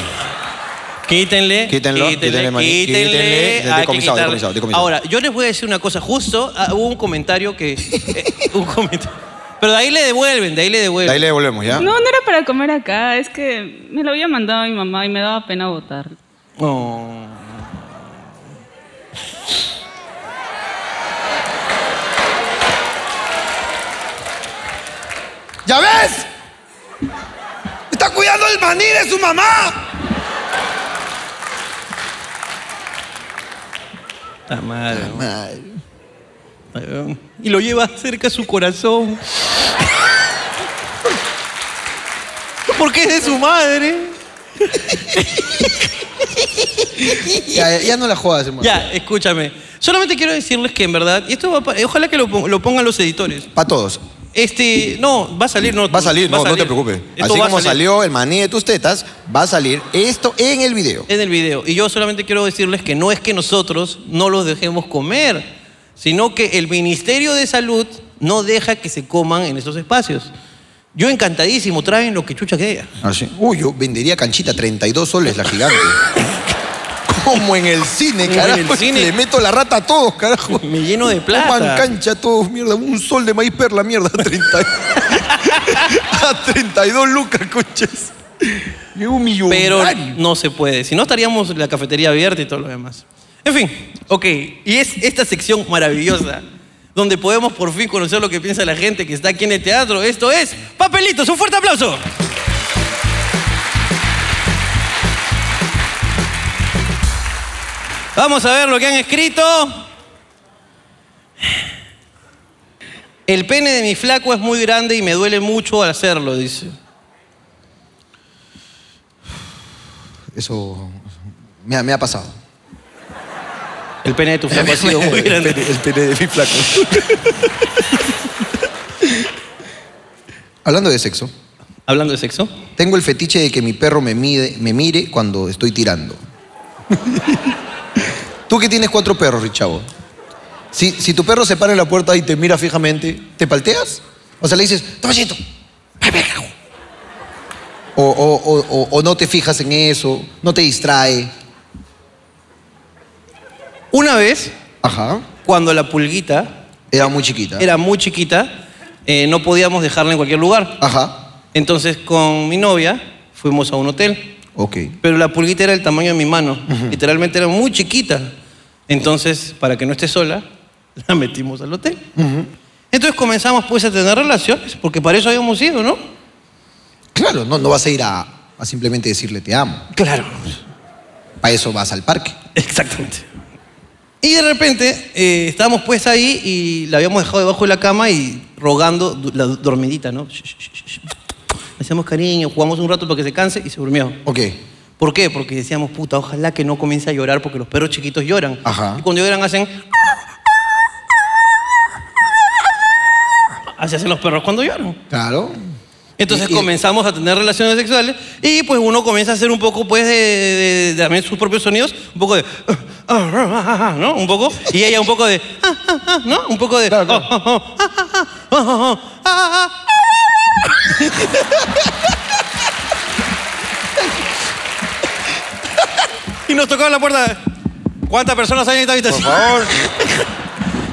A: Quítenle.
B: Quítenlo, quítenle el maní,
A: Quítenle. Ah,
B: quítenle,
A: hay que
B: decomisado,
A: quitarle.
B: decomisado, decomisado.
A: Ahora, yo les voy a decir una cosa. Justo ah, hubo un comentario que. eh, un comentario. Pero de ahí le devuelven, de ahí le devuelven.
B: De ahí le devolvemos, ¿ya?
M: No, no era para comer acá, es que me lo había mandado mi mamá y me daba pena votar.
A: No.
C: ¿Ya ves? Está cuidando el maní de su mamá.
A: Está mal. Y lo lleva cerca a su corazón. Porque es de su madre.
B: Ya, ya no la jodas, hermano.
A: Ya, escúchame. Solamente quiero decirles que en verdad, y esto va pa- ojalá que lo, pon- lo pongan los editores.
B: Para todos.
A: Este, no, va a salir, no.
B: Va a salir, no, no te preocupes.
A: Esto
B: Así
A: va a
B: como
A: salir.
B: salió el maní de tus tetas, va a salir esto en el video.
A: En el video. Y yo solamente quiero decirles que no es que nosotros no los dejemos comer, sino que el Ministerio de Salud no deja que se coman en esos espacios. Yo encantadísimo, traen lo que chucha queda.
B: Así. Uy, yo vendería canchita 32 soles la gigante. como en el cine,
A: Como en
B: carajo.
A: el cine.
B: Le meto la rata a todos, carajo.
A: Me lleno de plata.
B: Coman cancha todos, mierda. Un sol de maíz perla, mierda. A, 30 a 32 lucas, coches. Yo un millón.
A: Pero no se puede. Si no, estaríamos en la cafetería abierta y todo lo demás. En fin, ok. Y es esta sección maravillosa donde podemos por fin conocer lo que piensa la gente que está aquí en el teatro. Esto es Papelitos. Un fuerte aplauso. Vamos a ver lo que han escrito. El pene de mi flaco es muy grande y me duele mucho al hacerlo, dice.
B: Eso me ha, me ha pasado.
A: El pene de tu flaco ha sido muy grande.
B: El pene, el pene de mi flaco. Hablando de sexo.
A: ¿Hablando de sexo?
B: Tengo el fetiche de que mi perro me, mide- me mire cuando estoy tirando. Tú que tienes cuatro perros, Richavo. Si, si tu perro se para en la puerta y te mira fijamente, ¿te palteas? O sea, le dices, Tomasito, ven, ven, carajo". o, o- o- o- o no te fijas en eso, no te distrae.
A: Una vez,
B: Ajá.
A: cuando la pulguita
B: Era muy chiquita.
A: era muy chiquita, eh, no podíamos dejarla en cualquier lugar.
B: Ajá.
A: Entonces, con mi novia fuimos a un hotel,
B: Ok.
A: pero la pulguita era del tamaño de mi mano. Literalmente era muy chiquita. Entonces, para que no esté sola, la metimos al hotel. Entonces comenzamos pues a tener relaciones, porque para eso habíamos ido, ¿no?
B: Claro, no, no vas a ir a, a simplemente decirle te amo.
A: Claro.
B: Para eso vas al parque.
A: Exactamente. Y de repente eh, estábamos pues ahí y la habíamos dejado debajo de la cama y rogando du- la du- dormidita, ¿no? Sh- sh- sh- sh. Hacíamos cariño, jugamos un rato para que se canse y se durmió.
B: Ok.
A: ¿Por qué? Porque decíamos, puta, ojalá que no comience a llorar porque los perros chiquitos lloran.
B: Ajá.
A: Y cuando lloran hacen... Así hacen los perros cuando lloran.
B: Claro.
A: Entonces
B: Y- y-
A: comenzamos a tener relaciones sexuales y pues uno comienza a hacer un poco pues de, de- de también sus propios sonidos, un poco de ¿no? Un poco y ella un poco de ¿no? Un poco de Y nos tocaban la puerta. ¿Cuántas personas hay en esta habitación? Por favor.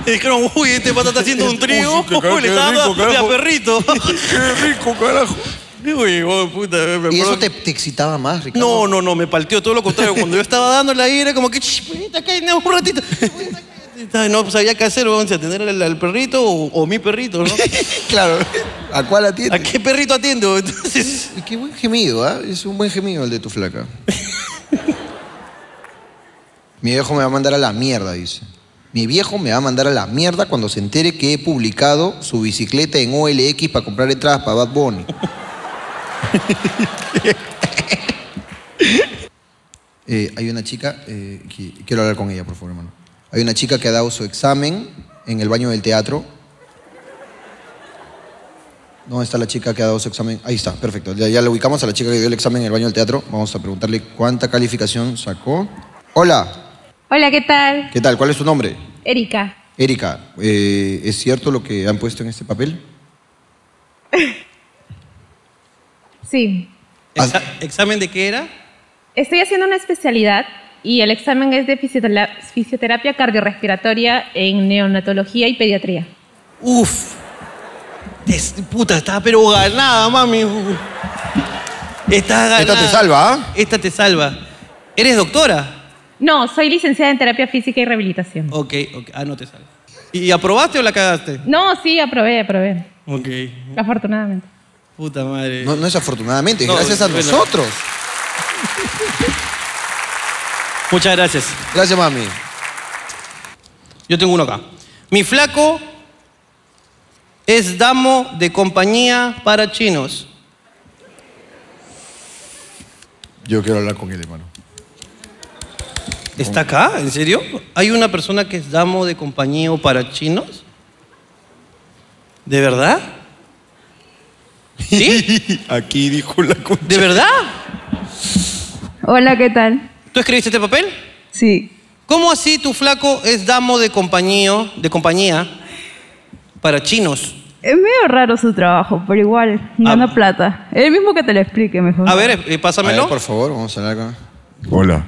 A: Y dijeron, uy, este pata está haciendo un trío.
C: Uy, qué ca-
A: Uy, le
C: qué
A: está dando
C: rico,
A: de a
C: carajo.
A: perrito. Qué rico, carajo. Uy, oh, puta, me
B: ¿Y
A: acuerdo
B: eso
A: que-
B: te, te excitaba más, Ricardo?
A: No, no, no, me palteó todo lo contrario. Cuando yo estaba dándole ahí, era como que, "Ch, ven acá, no, un ratito. Ay, No sabía qué hacer, weón, si atender al, al perrito o, o mi perrito, ¿no?
B: claro. ¿A cuál atiende?
A: ¿A qué perrito atiendo? Entonces...
B: Qué buen gemido, ¿ah? Es un buen gemido el de tu flaca. Mi viejo me va a mandar a la mierda, dice. Mi viejo me va a mandar a la mierda cuando se entere que he publicado su bicicleta en OLX para comprar entradas para Bad Bunny. Eh, hay una chica, eh, que- quiero hablar con ella, por favor, hermano. Hay una chica que ha dado su examen en el baño del teatro. ¿Dónde está la chica que ha dado su examen? Ahí está, perfecto. Ya, ya la ubicamos a la chica que dio el examen en el baño del teatro. Vamos a preguntarle cuánta calificación sacó. Hola,
N: Hola, ¿qué tal?
B: ¿qué tal? ¿Cuál es tu nombre?
N: Erika.
B: Erika, eh, ¿es cierto lo que han puesto en este papel?
N: Sí.
A: Exa- ¿Examen de qué era?
N: Estoy haciendo una especialidad y el examen es de fisiotela- fisioterapia cardiorrespiratoria en neonatología y pediatría.
A: Uf. Des- puta, estaba pero ganada, mami. Estás ganada.
B: Esta te salva, ¿ah?
A: Esta te salva. ¿Eres doctora?
N: No, soy licenciada en terapia física y rehabilitación.
A: Ok, ok. Ah, no te salva. ¿Y aprobaste o la cagaste?
N: No, sí, aprobé, aprobé.
A: Ok.
N: Afortunadamente.
A: Puta madre.
B: No, no es afortunadamente, es
A: No,
B: gracias a
A: bueno.
B: nosotros.
A: Muchas gracias.
B: Gracias, mami.
A: Yo tengo uno acá. Mi flaco es damo de compañía para chinos.
B: Yo quiero hablar con él, hermano.
A: ¿Está acá? ¿En serio? ¿Hay una persona que es damo de compañía o para chinos? ¿De verdad? ¿Sí?
F: Aquí dijo la concha.
A: ¿De verdad?
H: Hola, ¿qué tal?
A: ¿Tú escribiste este papel?
H: Sí.
A: ¿Cómo así tu flaco es damo de compañía, de compañía para chinos?
H: Es medio raro su trabajo, pero igual gana plata. El mismo que te lo explique mejor.
A: Ah. A ver, eh, pásamelo.
B: A ver, por favor, vamos a hablar con
O: Hola.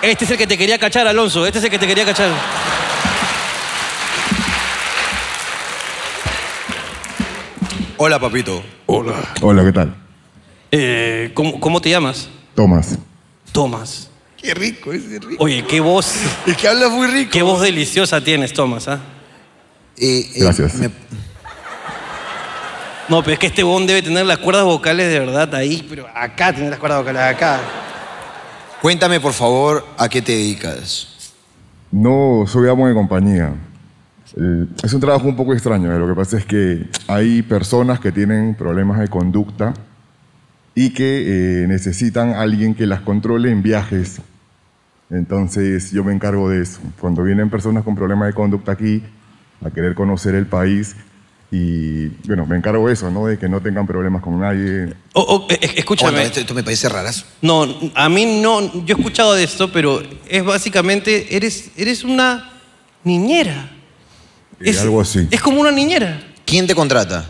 A: Este es el que te quería cachar, Alonso. Este es el que te quería cachar.
O: Hola, papito. Hola. Hola, ¿qué tal?
A: Eh, ¿cómo, cómo te llamas?
O: Tomás.
A: Tomás.
C: Qué rico ese rico.
A: Oye, qué voz.
B: Es que habla muy rico.
A: Qué voz deliciosa tienes, Tomás. ¿ah?
O: Gracias.
A: No, pero es que este bon debe tener las cuerdas vocales de verdad ahí, pero acá tiene las cuerdas vocales, acá.
B: Cuéntame, por favor, a qué te dedicas.
O: No, soy amo de compañía. Eh, es un trabajo un poco extraño. eh. Lo que pasa es que hay personas que tienen problemas de conducta y que eh, necesitan a alguien que las controle en viajes. Entonces yo me encargo de eso. Cuando vienen personas con problemas de conducta aquí a querer conocer el país y bueno, me encargo de eso, ¿no? De que no tengan problemas con nadie.
A: Oh, oh, eh, eh, escúchame.
O: Aguanta,
A: esto,
B: me parece rarazo.
A: No, a mí no. Yo he escuchado de esto, pero es básicamente. Eres, eres una niñera.
O: Eh, algo así.
A: Es como una niñera.
B: ¿Quién te contrata?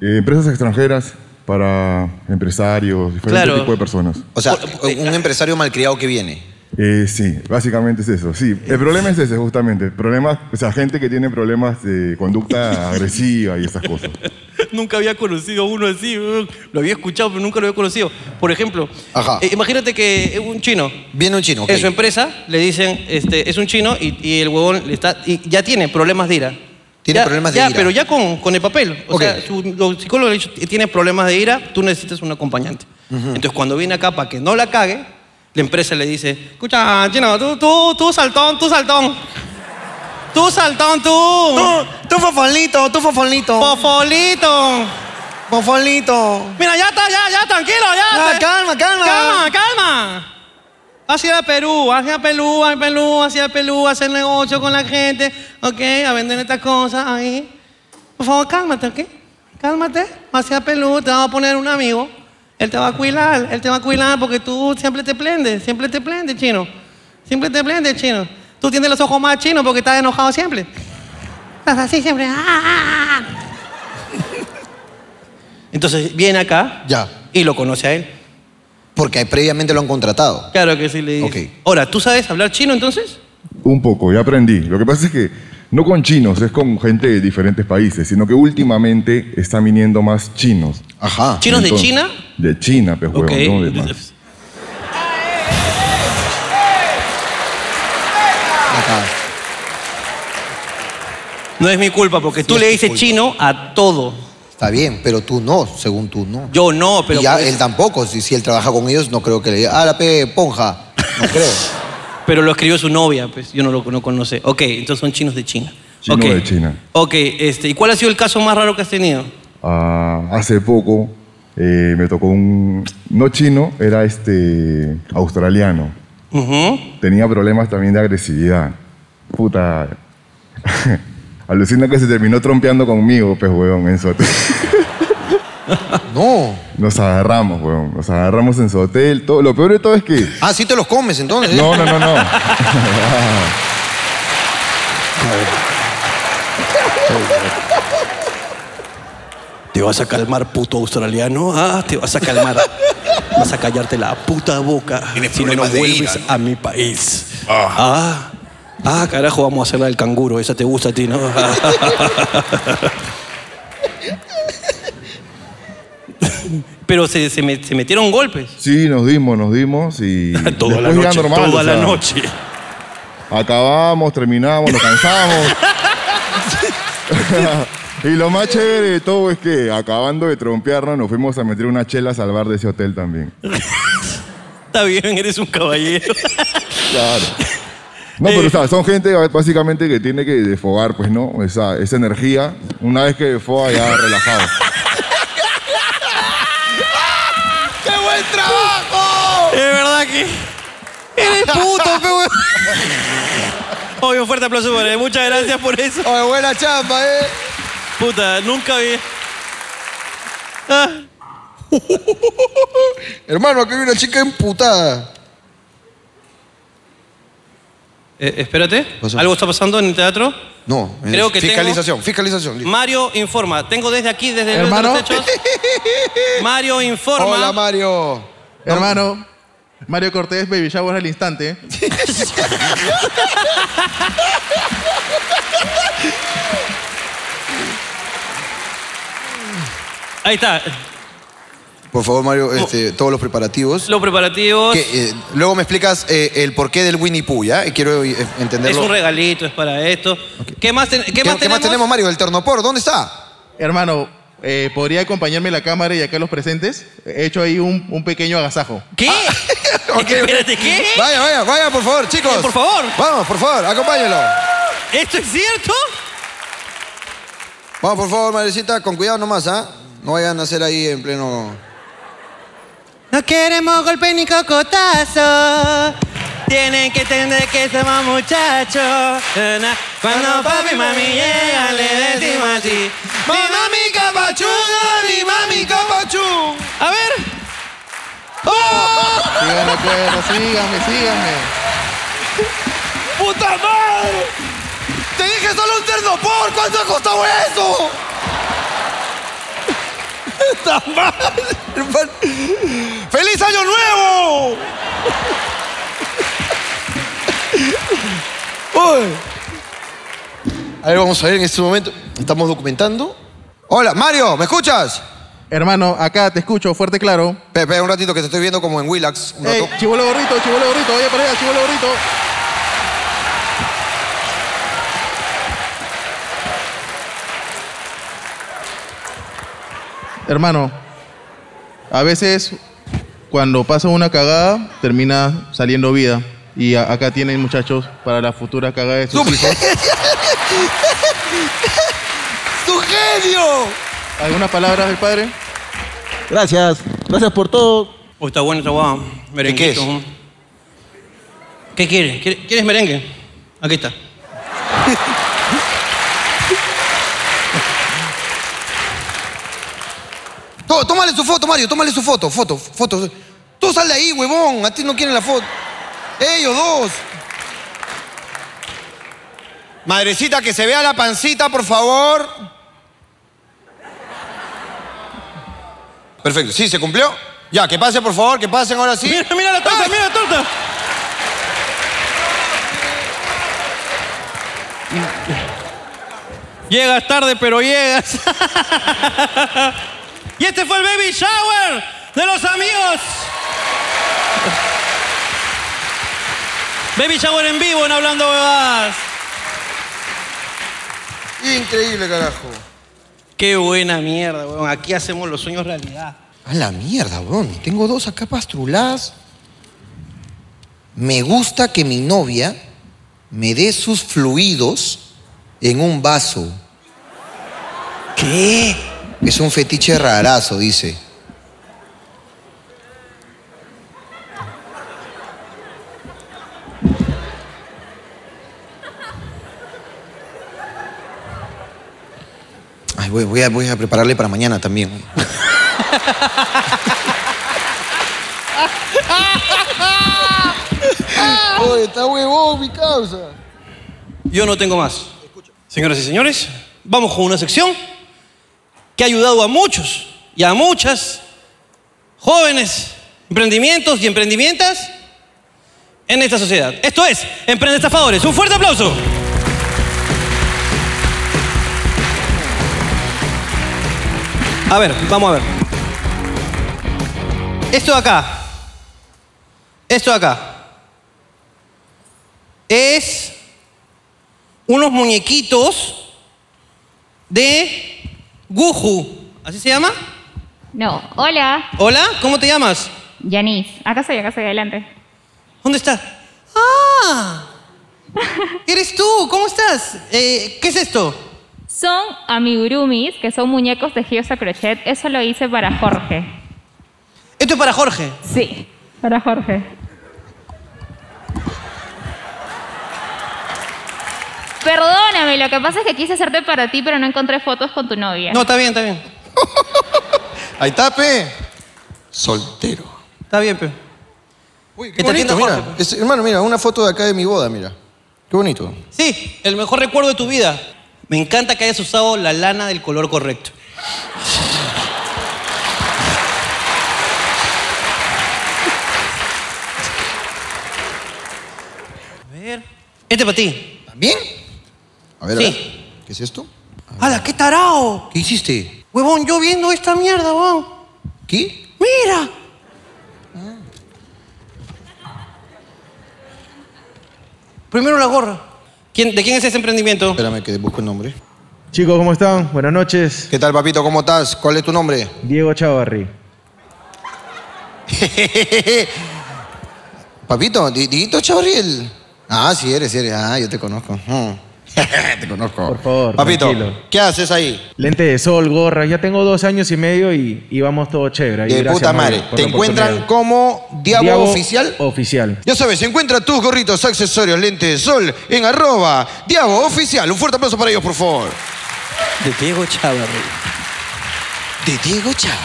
O: Eh, empresas extranjeras para empresarios, diferentes
B: Claro.
O: tipos de personas.
B: O sea, un empresario malcriado que viene.
O: Eh, sí, básicamente es eso. Sí, el problema es ese, justamente. Problemas, o sea, gente que tiene problemas de conducta agresiva y esas cosas.
A: Nunca había conocido a uno así. weón. Lo había escuchado, pero nunca lo había conocido. Por ejemplo, eh, imagínate que un chino.
B: Viene un chino, ok.
A: En su empresa le dicen, este, es un chino y, y el huevón le está, y ya tiene problemas de ira.
B: Tiene
A: Ya-
B: problemas de
A: ya,
B: ira.
A: pero ya con, con el papel. O
B: Ok.
A: sea, su lo- psicólogo le ha dicho, tienes problemas de ira, tú necesitas un acompañante. Entonces, cuando viene acá para que no la cague, la empresa le dice, escucha, chino, tú, tú, tú saltón, tú saltón. Tú saltón, tú. Tú, tú fofolito, tú fofolito. Fofolito. Fofolito. Mira, ya está, ya, ya, tranquilo, ya.
C: Ya, Ah, calma, calma.
A: Calma, calma. Hacia Perú, hacia Perú, hacia Perú, hacia Perú, hacer negocio con la gente, ok, a vender estas cosas ahí. Por favor, cálmate, ok. Cálmate, hacia Perú, te va a poner un amigo. Él te va a cuidar, él te va a cuidar porque tú siempre te prendes, siempre te prendes, chino. Siempre te prendes, chino. Tú tienes los ojos más chinos porque estás enojado siempre. Estás así siempre. ah, ah, ah. Entonces viene acá
B: Ya.
A: y lo conoce a él.
B: Porque previamente lo han contratado.
A: Claro que sí le dice. Ahora, ¿tú sabes hablar chino entonces?
O: Un poco, ya aprendí. Lo que pasa es que no con chinos, es con gente de diferentes países, sino que últimamente están viniendo más chinos.
B: Ajá.
A: ¿Chinos de China?
O: De China, pues, huevón,
A: Ok.
O: no de más.
A: No es mi culpa porque tú le dices chino a todo.
B: Está bien, pero tú no, según tú no.
A: Yo no, pero pues-
B: Y ya él tampoco. Si, si él trabaja con ellos, no creo que le diga, ah, la pe, ponja. No creo.
A: Pero lo escribió su novia, pues yo no lo no conoce. Ok, entonces son chinos de China.
O: Chino
A: Ok.
O: de China.
A: Ok, este, ¿y cuál ha sido el caso más raro que has tenido?
O: Ah, hace poco eh, me tocó un, no chino, era este australiano. Tenía problemas también de agresividad. Puta. Alucina que se terminó trompeando conmigo, pues, weón, en su hotel.
B: no.
O: Nos agarramos, weón. Nos agarramos en su hotel. Todo. Lo peor de todo es que...
B: Ah, sí te los comes entonces.
O: No, no, no, no.
A: ¿Te vas a calmar, puto australiano? Ah, te vas a calmar. vas a callarte la puta boca si no, no
C: problemas de
A: vuelves
C: ira,
A: a mi país. Ah. ah, carajo, vamos a hacer la del canguro. Esa te gusta a ti, ¿no? Pero se, se me- se metieron golpes.
O: Sí, nos dimos, nos dimos y...
A: Toda la
O: después ya
A: noche.
O: normal,
A: toda
O: o
A: la
O: sea,
A: noche.
O: Acabamos, terminamos, nos cansamos. y lo más chévere de todo es que acabando de trompearnos nos fuimos a meter unas chelas al bar de ese hotel también.
A: Está bien, eres un caballero.
O: Claro. No, pero o sea, son gente básicamente que tiene que desfogar, pues, ¿no? Esa, esa energía. Una vez que desfoga ya relajado.
C: ¡Qué buen trabajo!
A: Es verdad que. Eres puto, pe weón. Oye, un fuerte aplauso para él. Muchas gracias por eso.
B: Oye, buena chamba, eh.
A: Puta, nunca vi. Ah,
B: Hermano, aquí hay una chica emputada.
A: eh, espérate. ¿Algo está pasando en el teatro?
B: No, eh,
A: Creo que
B: fiscalización,
A: tengo-
B: fiscalización. listo.
A: Mario informa. Tengo desde aquí, desde los
B: Hermano.
A: techos. Mario informa.
B: Hola, Mario.
P: Hermano, Mario Cortés, Baby Shower al instante.
A: Ahí está.
B: Por favor,
A: Oh.
B: Mario, este, todos los preparativos.
A: Los preparativos.
B: Que, eh, luego me explicas eh, el porqué del Winnie Pooh, ¿ya? Eh, Quiero eh,
A: Es
B: entenderlo.
A: un regalito, es para esto. ¿Qué más, ten- qué
B: ¿Qué,
A: más
B: qué más
A: tenemos?
B: tenemos, Mario? El ternopor, ¿dónde está?
P: Hermano, eh, ¿podría acompañarme la cámara y acá los presentes? He hecho ahí un, un pequeño agasajo.
A: ¿Qué? Ah. Espérate, ¿qué?
B: Vaya, vaya, vaya, por favor, chicos.
A: por favor.
B: Vamos, por favor, acompáñalo.
A: ¿Esto es cierto?
B: Vamos, por favor, Mariecita, con cuidado nomás, ¿ah? No vayan a hacer ahí en pleno.
A: No queremos golpe ni cocotazo. Tienen que entender que somos muchachos. Na, Cuando papi y mami llegan, le decimos así. Mi mami capachún, mi mami capachún. A ver. ¡Oh!
P: Síganme, cuero, síganme, síganme.
C: ¡Puta madre! ¡Te dije solo un ternopor! ¿Cuánto ha costado eso? ¡Puta madre! hermano! ¡Feliz Año Nuevo!
B: A ver, vamos a ver en este momento. Estamos documentando. Hola, Mario, ¿me escuchas?
P: Hermano, acá te escucho fuerte claro.
B: Pepe, un ratito que te estoy viendo como en Willax. Un
P: Ey,
B: rato.
P: chivolo gorrito, chivolo gorrito, vaya para allá, chivolo gorrito. Hermano, a veces cuando pasa una cagada termina saliendo vida. Y a- acá tienen muchachos para la futura cagada de sus hijos.
C: ¡Tu genio!
P: ¿Algunas palabras del padre?
A: Gracias. Gracias por todo. Oh, está bueno, está guau. Merenguito. ¿Qué, quieres? ¿Quiere- ¿Quieres merengue? Aquí está.
B: Tó- Tómale su foto, Mario, tómale su foto, foto, foto. Tú sal de ahí, huevón. A ti no quieren la foto. Ellos dos. Madrecita, que se vea la pancita, por favor. Perfecto, sí, se cumplió. Ya, que pase, por favor, que pasen ahora sí. Mira,
A: mira la torta, mira la torta. Llegas tarde, pero llegas. y este fue el baby shower de los amigos. Baby shower en vivo en Hablando Huevadas.
B: Increíble, carajo.
A: Qué buena mierda, weón. Aquí hacemos los sueños realidad.
B: A la mierda, weón. Tengo dos acá pastruladas. Me gusta que mi novia me dé sus fluidos en un vaso. ¿Qué? Es un fetiche rarazo, dice. Ay, voy, voy a, voy a prepararle para mañana también.
C: Oye, está huevón mi causa.
A: Yo no tengo más. Señoras y señores, vamos con una sección que ha ayudado a muchos y a muchas jóvenes emprendimientos y emprendimientas en esta sociedad. Esto es Emprende Estafadores. Un fuerte aplauso. A ver, vamos a ver. Esto de acá. Esto de acá. Es unos muñequitos de Guju. ¿Así se llama?
Q: No, hola,
A: Hola, ¿cómo te llamas?
Q: Yanis. Acá soy, acá soy, adelante.
A: ¿Dónde estás? ¡Ah! ¿Eres tú? ¿Cómo estás? Eh, ¿Qué es esto?
Q: Son amigurumis, que son muñecos tejidos a crochet. Eso lo hice para Jorge.
A: ¿Esto es para Jorge?
Q: Sí, para Jorge. Perdóname, lo que pasa es que quise hacerte para ti, pero no encontré fotos con tu novia.
A: No, está bien, está bien.
B: Ahí está, pe. Soltero.
A: Está bien, pe.
B: Uy,
A: qué bonito,
B: mira. Es- hermano, mira, una foto de acá de mi boda, mira. Qué bonito.
A: Sí, el mejor recuerdo de tu vida. Me encanta que hayas usado la lana del color correcto. A ver. Este para ti.
B: ¿También? A ver, a
A: Sí. Oh.
B: ver. ¿Qué es esto?
A: ¡Hala, qué tarao!
B: ¿Qué hiciste?
A: Huevón, yo viendo esta mierda, huevón.
B: ¿Qué?
A: ¡Mira! Primero la gorra. ¿Quién- ¿De quién es ese emprendimiento?
B: Espérame que busco el nombre.
R: Chicos, ¿cómo están? Buenas noches.
B: ¿Qué tal, papito? ¿Cómo estás? ¿Cuál es tu nombre?
R: Diego Chavarri.
B: papito, Di- Dieguito Chavarriel. Ah, sí eres, sí eres. Ah, yo te conozco. Ujú. Eh, te conozco. Por
R: favor.
B: Papito,
R: tranquilo.
B: ¿qué haces ahí?
R: Lente de sol, gorra. Ya tengo dos años y medio y, y vamos todo chévere. Y
B: De
R: gracias,
B: puta
R: Mario,
B: madre.
R: por
B: Te
R: la
B: encuentran
R: oportunidad.
B: como Diabo,
R: Diabo
B: Oficial.
R: Oficial.
B: Ya sabes, encuentra tus gorritos, accesorios, lentes de sol en arroba Diabo Oficial. Un fuerte aplauso para ellos, por favor.
A: De Diego Chavarri.
B: De Diego Chavarri.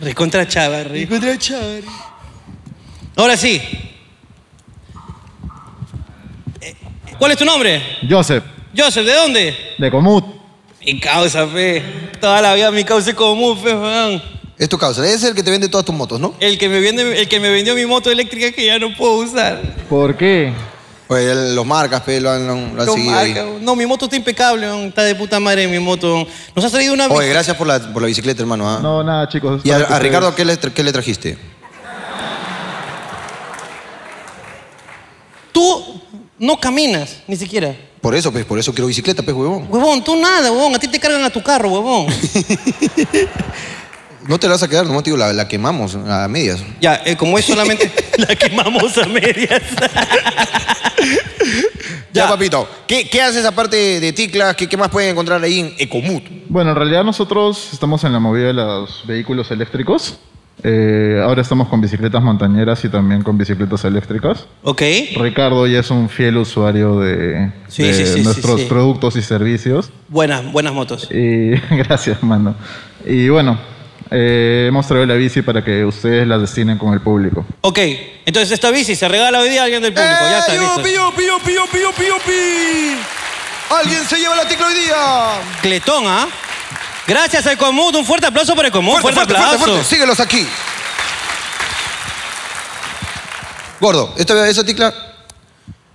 A: Recontra Chavarri.
B: Recontra Chavarri.
A: Ahora sí. Eh, ¿Cuál es tu nombre?
R: Joseph,
A: Joseph, ¿de dónde?
R: de Comut.
A: Mi causa, fe. Toda la vida mi causa es común, fe, weón.
B: Es tu causa. Es el que te vende todas tus motos, ¿no?
A: El que me vende, el que me vendió mi moto eléctrica que ya no puedo usar.
R: ¿Por qué?
B: Pues él- los marcas, pe, lo han, lo han- lo han
A: No,
B: seguido Ah, ahí.
A: marca, no, mi moto está impecable, weón. está de puta madre mi moto. Nos has traído una
B: Oye, gracias por la, por la bicicleta, hermano. ¿ah?
R: No, nada, chicos. Este,
B: ¿Y a,
R: saben que
B: a Ricardo
R: ustedes-
B: ¿qué le, tra- qué le trajiste?
A: Tú no caminas, ni siquiera.
B: Por eso, pues, por eso quiero bicicleta, pues, huevón.
A: Huevón, tú nada, huevón. A ti te cargan a tu carro, huevón.
B: No te la vas a quedar, no, tío, la, la quemamos a medias.
A: ya, eh, como es solamente la quemamos a medias.
B: Ya, papito, ¿qué, qué haces aparte de ticlas? ¿Qué, qué más pueden encontrar ahí en Ecomut?
R: Bueno, en realidad nosotros estamos en la movida de los vehículos eléctricos. Eh, ahora estamos con bicicletas montañeras y también con bicicletas eléctricas.
A: Ok.
R: Ricardo ya es un fiel usuario de,
A: Sí,
R: de
A: sí, sí, sí,
R: nuestros
A: sí.
R: productos y servicios.
A: Buenas, buenas motos.
R: Y gracias, mano. Y bueno, eh, hemos traído la bici para que ustedes la destinen con el público.
A: Ok, entonces esta bici se regala hoy día a
C: ¡Eh,
A: alguien del público. ya está, listo.
B: ¡Eh, ¡Yupi, yupi, yupi, yupi, yupi, yupi! alguien se lleva la ticla hoy día!
A: Cletón, ¿ah? Gracias a Ecomut, un fuerte aplauso para Ecomut, fuerte, aplauso.
B: Síguelos aquí. Gordo, ¿esta, esa ticla?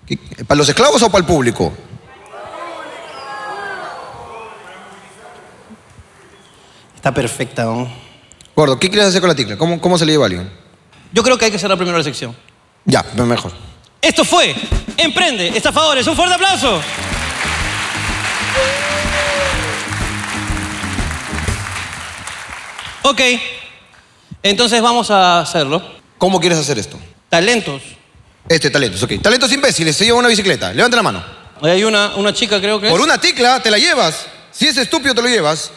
B: ¿qué- ¿Para los esclavos o para el público?
A: Está perfecta, ¿no?
B: Gordo, ¿qué quieres hacer con la ticla? ¿Cómo, cómo se le lleva a alguien?
A: Yo creo que hay que cerrar primero la sección.
B: Ya, mejor.
A: Esto fue Emprende, estafadores, un fuerte aplauso. Ok. Entonces vamos a hacerlo.
B: ¿Cómo quieres hacer esto?
A: Talentos.
B: Este, talentos, ok. Talentos imbéciles, se lleva una bicicleta. Levanta la mano.
A: Ahí Hay una, una chica, creo que
B: Por
A: es.
B: una ticla te la llevas. Si es estúpido, te lo llevas.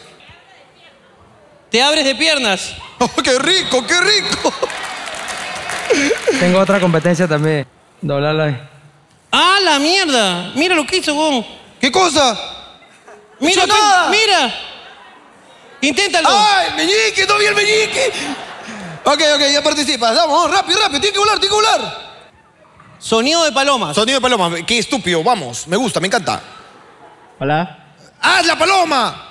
A: Te abres de piernas.
B: Oh, ¡Qué rico, qué rico!
L: Tengo otra competencia también. Doblarla.
A: ¡Ah, la mierda! Mira lo que hizo, weón.
B: ¿Qué cosa?
A: Mira,
C: ¡Hizo
A: pe-
C: nada!
A: mira. Inténtalo.
B: ¡Ay, meñique! ¡No vi el meñique! Ok, ok, ya participas. Vamos, vamos, rápido, rápido. Tiene que volar, tiene que volar.
A: Sonido de palomas.
B: Sonido de palomas. Qué estúpido. Vamos, me gusta, me encanta.
L: Hola.
B: ¡Haz la paloma!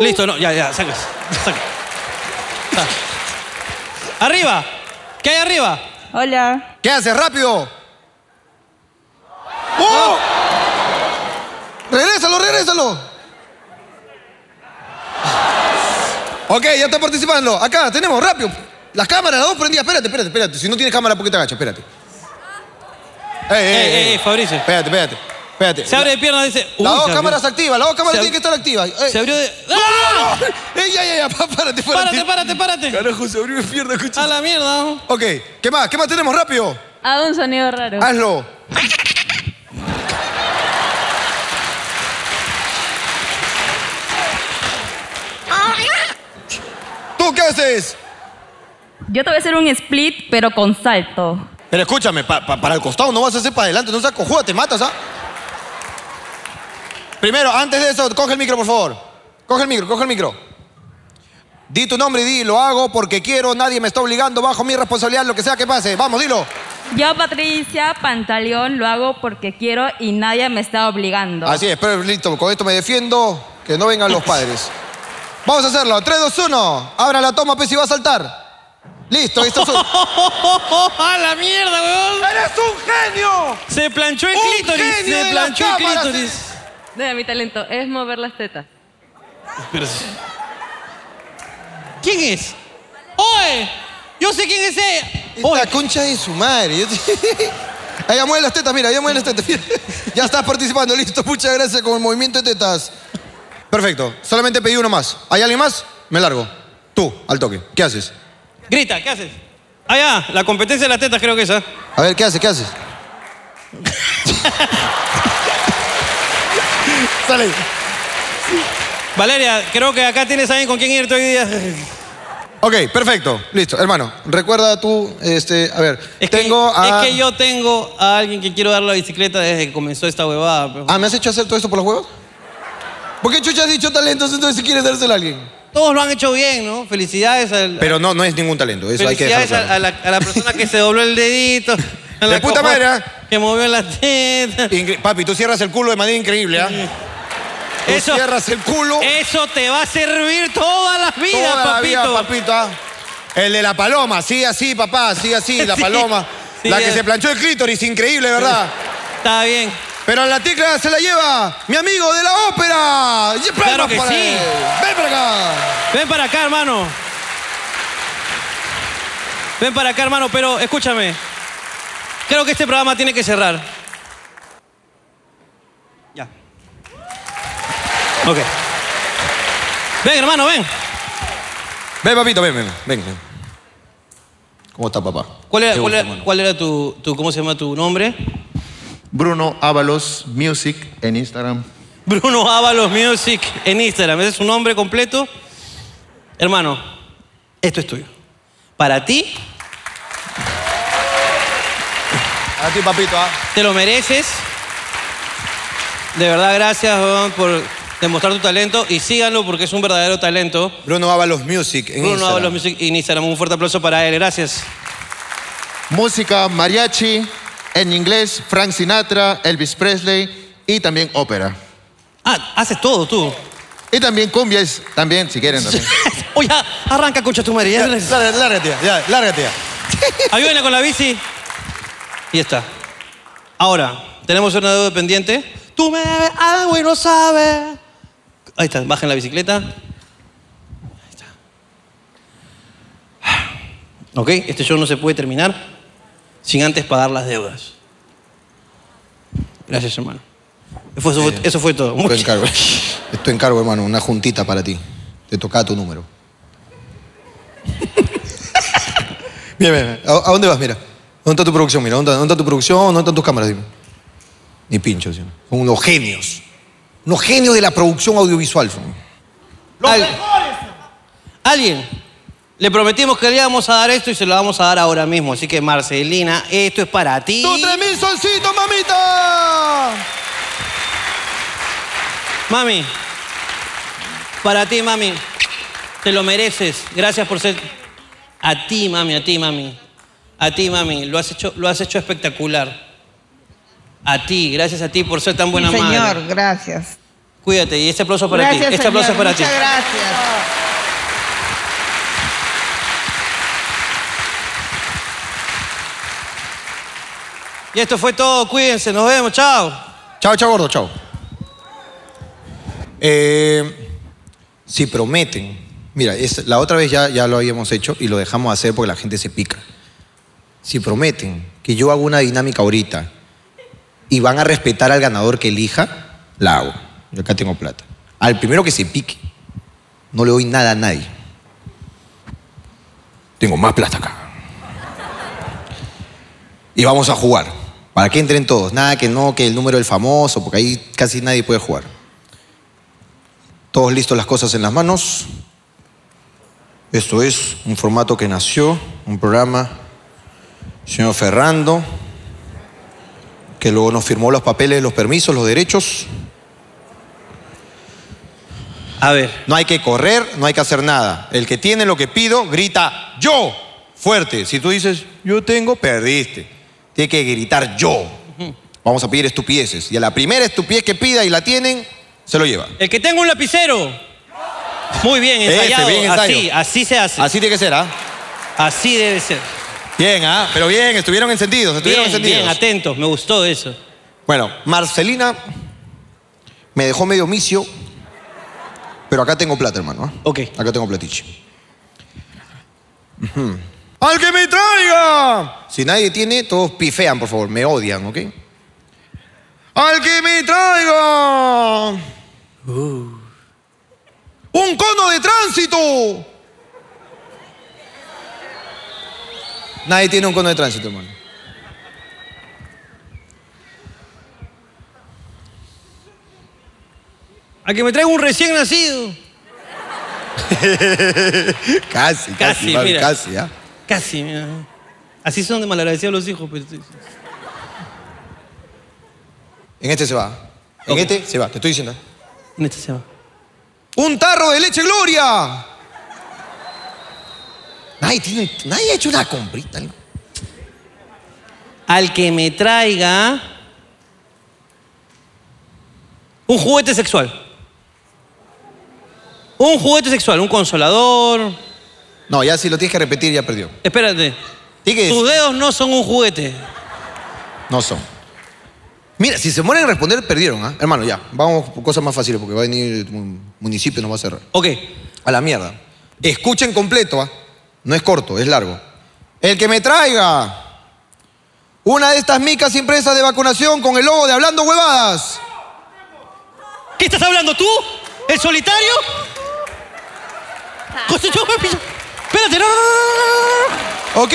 A: Listo, no, ya, ya, sacas. Saca. Ah. Arriba. ¿Qué hay arriba?
B: Hola. ¿Qué haces? ¡Rápido! ¡Oh! ¡Regrésalo, regrésalo! Ok, ya está participando. Acá tenemos, rápido. Las cámaras, las dos prendidas. Espérate, espérate, espérate. Si no tienes cámara, ¿por qué te agachas? Espérate. Ey, ey,
A: Ey, ey,
B: Fabricio. Espérate, espérate. espérate.
A: Se abre de piernas, dice. "Uy,
B: Las
A: se
B: dos
A: abrió".
B: cámaras activas, las dos cámaras
A: Se ab-
B: tienen que estar activas. Ey.
A: Se abrió de. ¡Ah!
B: ¡No, no, no! Ey, ya, ya, ya, pa- párate, párate.
A: Párate, párate, párate.
B: Carajo, se abrió mi pierna, escucha.
A: A la mierda.
B: Ok, ¿qué más? ¿Qué más tenemos? Rápido.
Q: Hago un sonido raro.
B: Hazlo. ¡Ah, ¿Tú qué haces?
S: Yo te voy a hacer un split, pero con salto.
B: Pero escúchame, pa- pa- para el costado no vas a hacer para adelante, no seas cojuda, te matas, ¿ah? Primero, antes de eso, coge el micro, por favor. Coge el micro, coge el micro. Di tu nombre y di, lo hago porque quiero, nadie me está obligando, bajo mi responsabilidad, lo que sea que pase. Vamos, dilo.
S: Yo, Patricia Pantaleón, lo hago porque quiero y nadie me está obligando.
B: Así es, pero listo, con esto me defiendo, que no vengan los padres. Vamos a hacerlo, 3, 2, 1. Abra la toma, pues, y va a saltar. Listo, listo.
A: ¡A la mierda, weón!
C: ¡Eres un genio!
A: Se planchó el
C: Un
A: clítoris.
C: genio de
A: Se
C: las
A: planchó el
C: cámaras,
A: clítoris.
S: Mira, mi talento es mover las tetas.
A: Espérate. ¿Quién es? ¡Oe! Yo sé quién es ella.
B: La concha de su madre. Yo te- Ahí ya mueve las tetas, mira, ya mueve las tetas. mira. Ya estás participando, listo. Muchas gracias con el movimiento de tetas. Perfecto, solamente pedí uno más. ¿Hay alguien más? Me largo. Tú, al toque. ¿Qué haces?
A: Grita, ¿qué haces? Ah, ya, la competencia de las tetas creo que es, ¿ah?
B: A ver, ¿qué haces? ¿Qué haces? Sale.
A: Valeria, creo que acá tienes a alguien con quien irte hoy día.
B: Ok, perfecto. Listo, hermano. Recuerda tú, este, a ver, tengo a...
A: Es que yo tengo a alguien que quiero dar la bicicleta desde que comenzó esta huevada. pe.
B: Ah, ¿me has hecho hacer todo esto por los huevos? ¿Por qué Chucha has dicho talentos entonces si quieres dárselo a alguien?
A: Todos lo han hecho bien, ¿no? Felicidades al,
B: Pero no, no es ningún talento, eso hay que
A: felicidades
B: dejarlo claro.
A: a, a la, a la persona que se dobló el dedito. a la
B: De puta
A: copa
B: madre, ¿ah?
A: Que movió la teta.
B: Papi, tú cierras el culo de manera increíble, ¿ah? Tú cierras el culo.
A: Eso te va a servir toda la vida,
B: Toda la vida,
A: papito.
B: papito, ¿ah? El de la paloma, sí, así, papá, sí, así, la
A: Sí,
B: paloma.
A: sí,
B: la que
A: es.
B: se planchó el clítoris, increíble, ¿verdad?
A: Está bien.
B: Pero la tecla se la lleva mi amigo de la ópera. Ah, Y-
A: Claro que
B: para
A: sí.
B: él. Ven para acá.
A: Ven para acá, hermano. Ven para acá, hermano, pero escúchame. Creo que este programa tiene que cerrar. Ya. Ok. Ven, hermano, ven.
B: Ven, papito, ven, ven, ven. ven. ¿Cómo está, papá?
A: ¿Cuál era,
B: Qué
A: cuál
B: gusto,
A: era- cuál era tu, tu- cómo se llama tu nombre?
T: Bruno Ábalos Music en Instagram.
A: Bruno Ábalos Music en Instagram. Ese es su nombre completo. Hermano, esto es tuyo. Para ti,
B: A ti, papito, ¿ah?
A: te lo mereces. De verdad, gracias weón, por demostrar tu talento y síganlo porque es un verdadero talento.
B: Bruno Ábalos Music en
A: Bruno
B: Instagram.
A: Ábalos Music en Instagram. Un fuerte aplauso para él. Gracias.
T: Música mariachi en inglés, Frank Sinatra, Elvis Presley y también ópera.
A: Ah, haces todo tú.
T: Y también cumbias, también, si quieren. También.
A: Oye, arranca, concha tu madre.
B: Lárgate, lárgate, ya, lárgate. ya.
A: Ayúdenle con la bici. Y ya está. Ahora, tenemos una deuda pendiente. Tú me debes algo y no sabes. Ahí está, bajen la bicicleta. Ahí está. Ok, este show no se puede terminar sin antes pagar las deudas. Gracias, hermano. Eso
B: Eh,
A: fue, eso fue todo.
B: Tu encargo. Es tu encargo, hermano, una juntita para ti. Te toca tu número. Mira, mira, mira. ¿A, a dónde vas? Mira. ¿Dónde está tu producción? Mira, ¿dónde, dónde está tu producción? ¿Dónde están tus cámaras? Dime. Ni pincho, ¿sí? Son unos genios. Unos genios de la producción audiovisual. son.
A: Alguien, le prometimos que le íbamos a dar esto y se lo vamos a dar ahora mismo. Así que, Marcelina, esto es para ti.
C: ¡Tus tres mil solcitos, mamita!
A: Mami, para ti, mami, te lo mereces. Gracias por ser. A ti, mami, a ti, mami. A ti, mami, lo has hecho, lo has hecho espectacular. A ti, gracias a ti por ser tan buena
I: Señor,
A: madre.
I: gracias.
A: Cuídate y este aplauso para
I: gracias,
A: ti. Este aplauso es
I: señor.
A: para
I: Muchas
A: ti.
I: gracias.
A: Y esto fue todo. Cuídense. Nos vemos. Chao.
B: Chao, chao, gordo, chao. Eh, si prometen. Mira, es- la otra vez ya, ya lo habíamos hecho y lo dejamos hacer porque la gente se pica. Si prometen que yo hago una dinámica ahorita y van a respetar al ganador que elija, la hago. Yo acá tengo plata. Al primero que se pique, no le doy nada a nadie. Tengo más plata acá. Y vamos a jugar. Para que entren todos. Nada que no, que el número del famoso, porque ahí casi nadie puede jugar. Todos listos las cosas en las manos. Esto es un formato que nació, un programa. Señor Ferrando, que luego nos firmó los papeles, los permisos, los derechos.
A: A ver.
B: No hay que correr, no hay que hacer nada. El que tiene lo que pido, grita yo fuerte. Si tú dices yo tengo, perdiste. Tiene que gritar yo. Vamos a pedir estupideces. Y a la primera estupidez que pida y la tienen, se lo lleva.
A: El que tenga un lapicero. Muy bien,
B: Ese,
A: ensayado.
B: bien ensayo.
A: Así, así se hace. Así
B: tiene que ser, ¿ah?
A: Así debe ser.
B: Bien, ¿ah? Pero bien, estuvieron encendidos, estuvieron
A: Bien,
B: encendidos.
A: bien, atentos. Me gustó eso.
B: Bueno, Marcelina me dejó medio micio, pero acá tengo plata, hermano. ¿ah?
A: Ok.
B: Acá tengo platiche. Ujú.
C: ¡Al que me traiga!
B: Si nadie tiene, todos pifean, por favor. Me odian, ¿ok?
C: ¡Al que me traiga!
A: Uh.
C: ¡Un cono de tránsito!
B: Nadie tiene un cono de tránsito, hermano.
A: A que me traiga un recién nacido.
B: casi, casi,
A: Casi,
B: mano,
A: mira.
B: casi, ¿ah?
A: Casi, mira. Así son de malagradecidos los hijos. pues.
B: En este se va. En este se va, te estoy diciendo.
A: En este se va.
B: ¡Un tarro de leche Gloria! Nadie, tiene, nadie ha hecho una comprita. algo.
A: Al que me traiga un juguete sexual. Un juguete sexual, un consolador.
B: No, ya si lo tienes que repetir, ya perdió.
A: Espérate. Tus dedos no son un juguete.
B: No son. Mira, si se mueren a responder, perdieron, ¿ah? Hermano, ya. Vamos por cosas más fáciles porque va a venir el municipio y nos va a cerrar.
A: Ok.
B: A la mierda. Escuchen completo, ¿ah? No es corto, es largo. El que me traiga una de estas micas impresas de vacunación con el logo de Hablando Huevadas.
A: ¿Qué estás hablando tú? ¿El solitario? José, yo- Espérate, no, no, no,
B: no, no. Ok.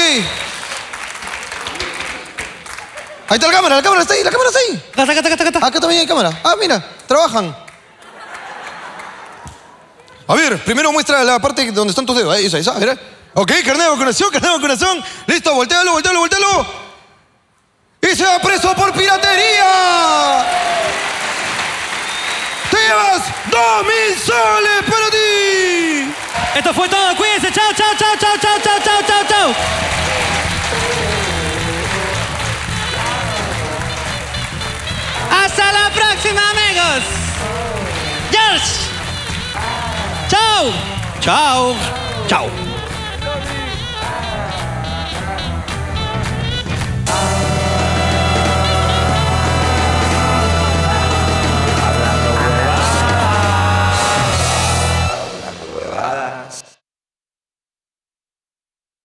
B: Ahí está la cámara, la cámara está ahí, la cámara está ahí.
A: Acá, acá, acá, acá.
B: Acá también hay cámara. Ah, mira, trabajan. A ver, primero muestra la parte donde están tus dedos. ahí, Esa, esa, mira. Ok, carnet de vacunación, carnet de vacunación. Listo, voltealo, voltealo, voltealo.
C: ¡Y se va preso por piratería! ¡Te llevas dos mil soles para ti!
A: Esto fue todo, cuídense, chao, chao, chao, chao, chao, chao, chao, chao, chao. Hasta la próxima, amigos. George. Chao. Chao. Chao.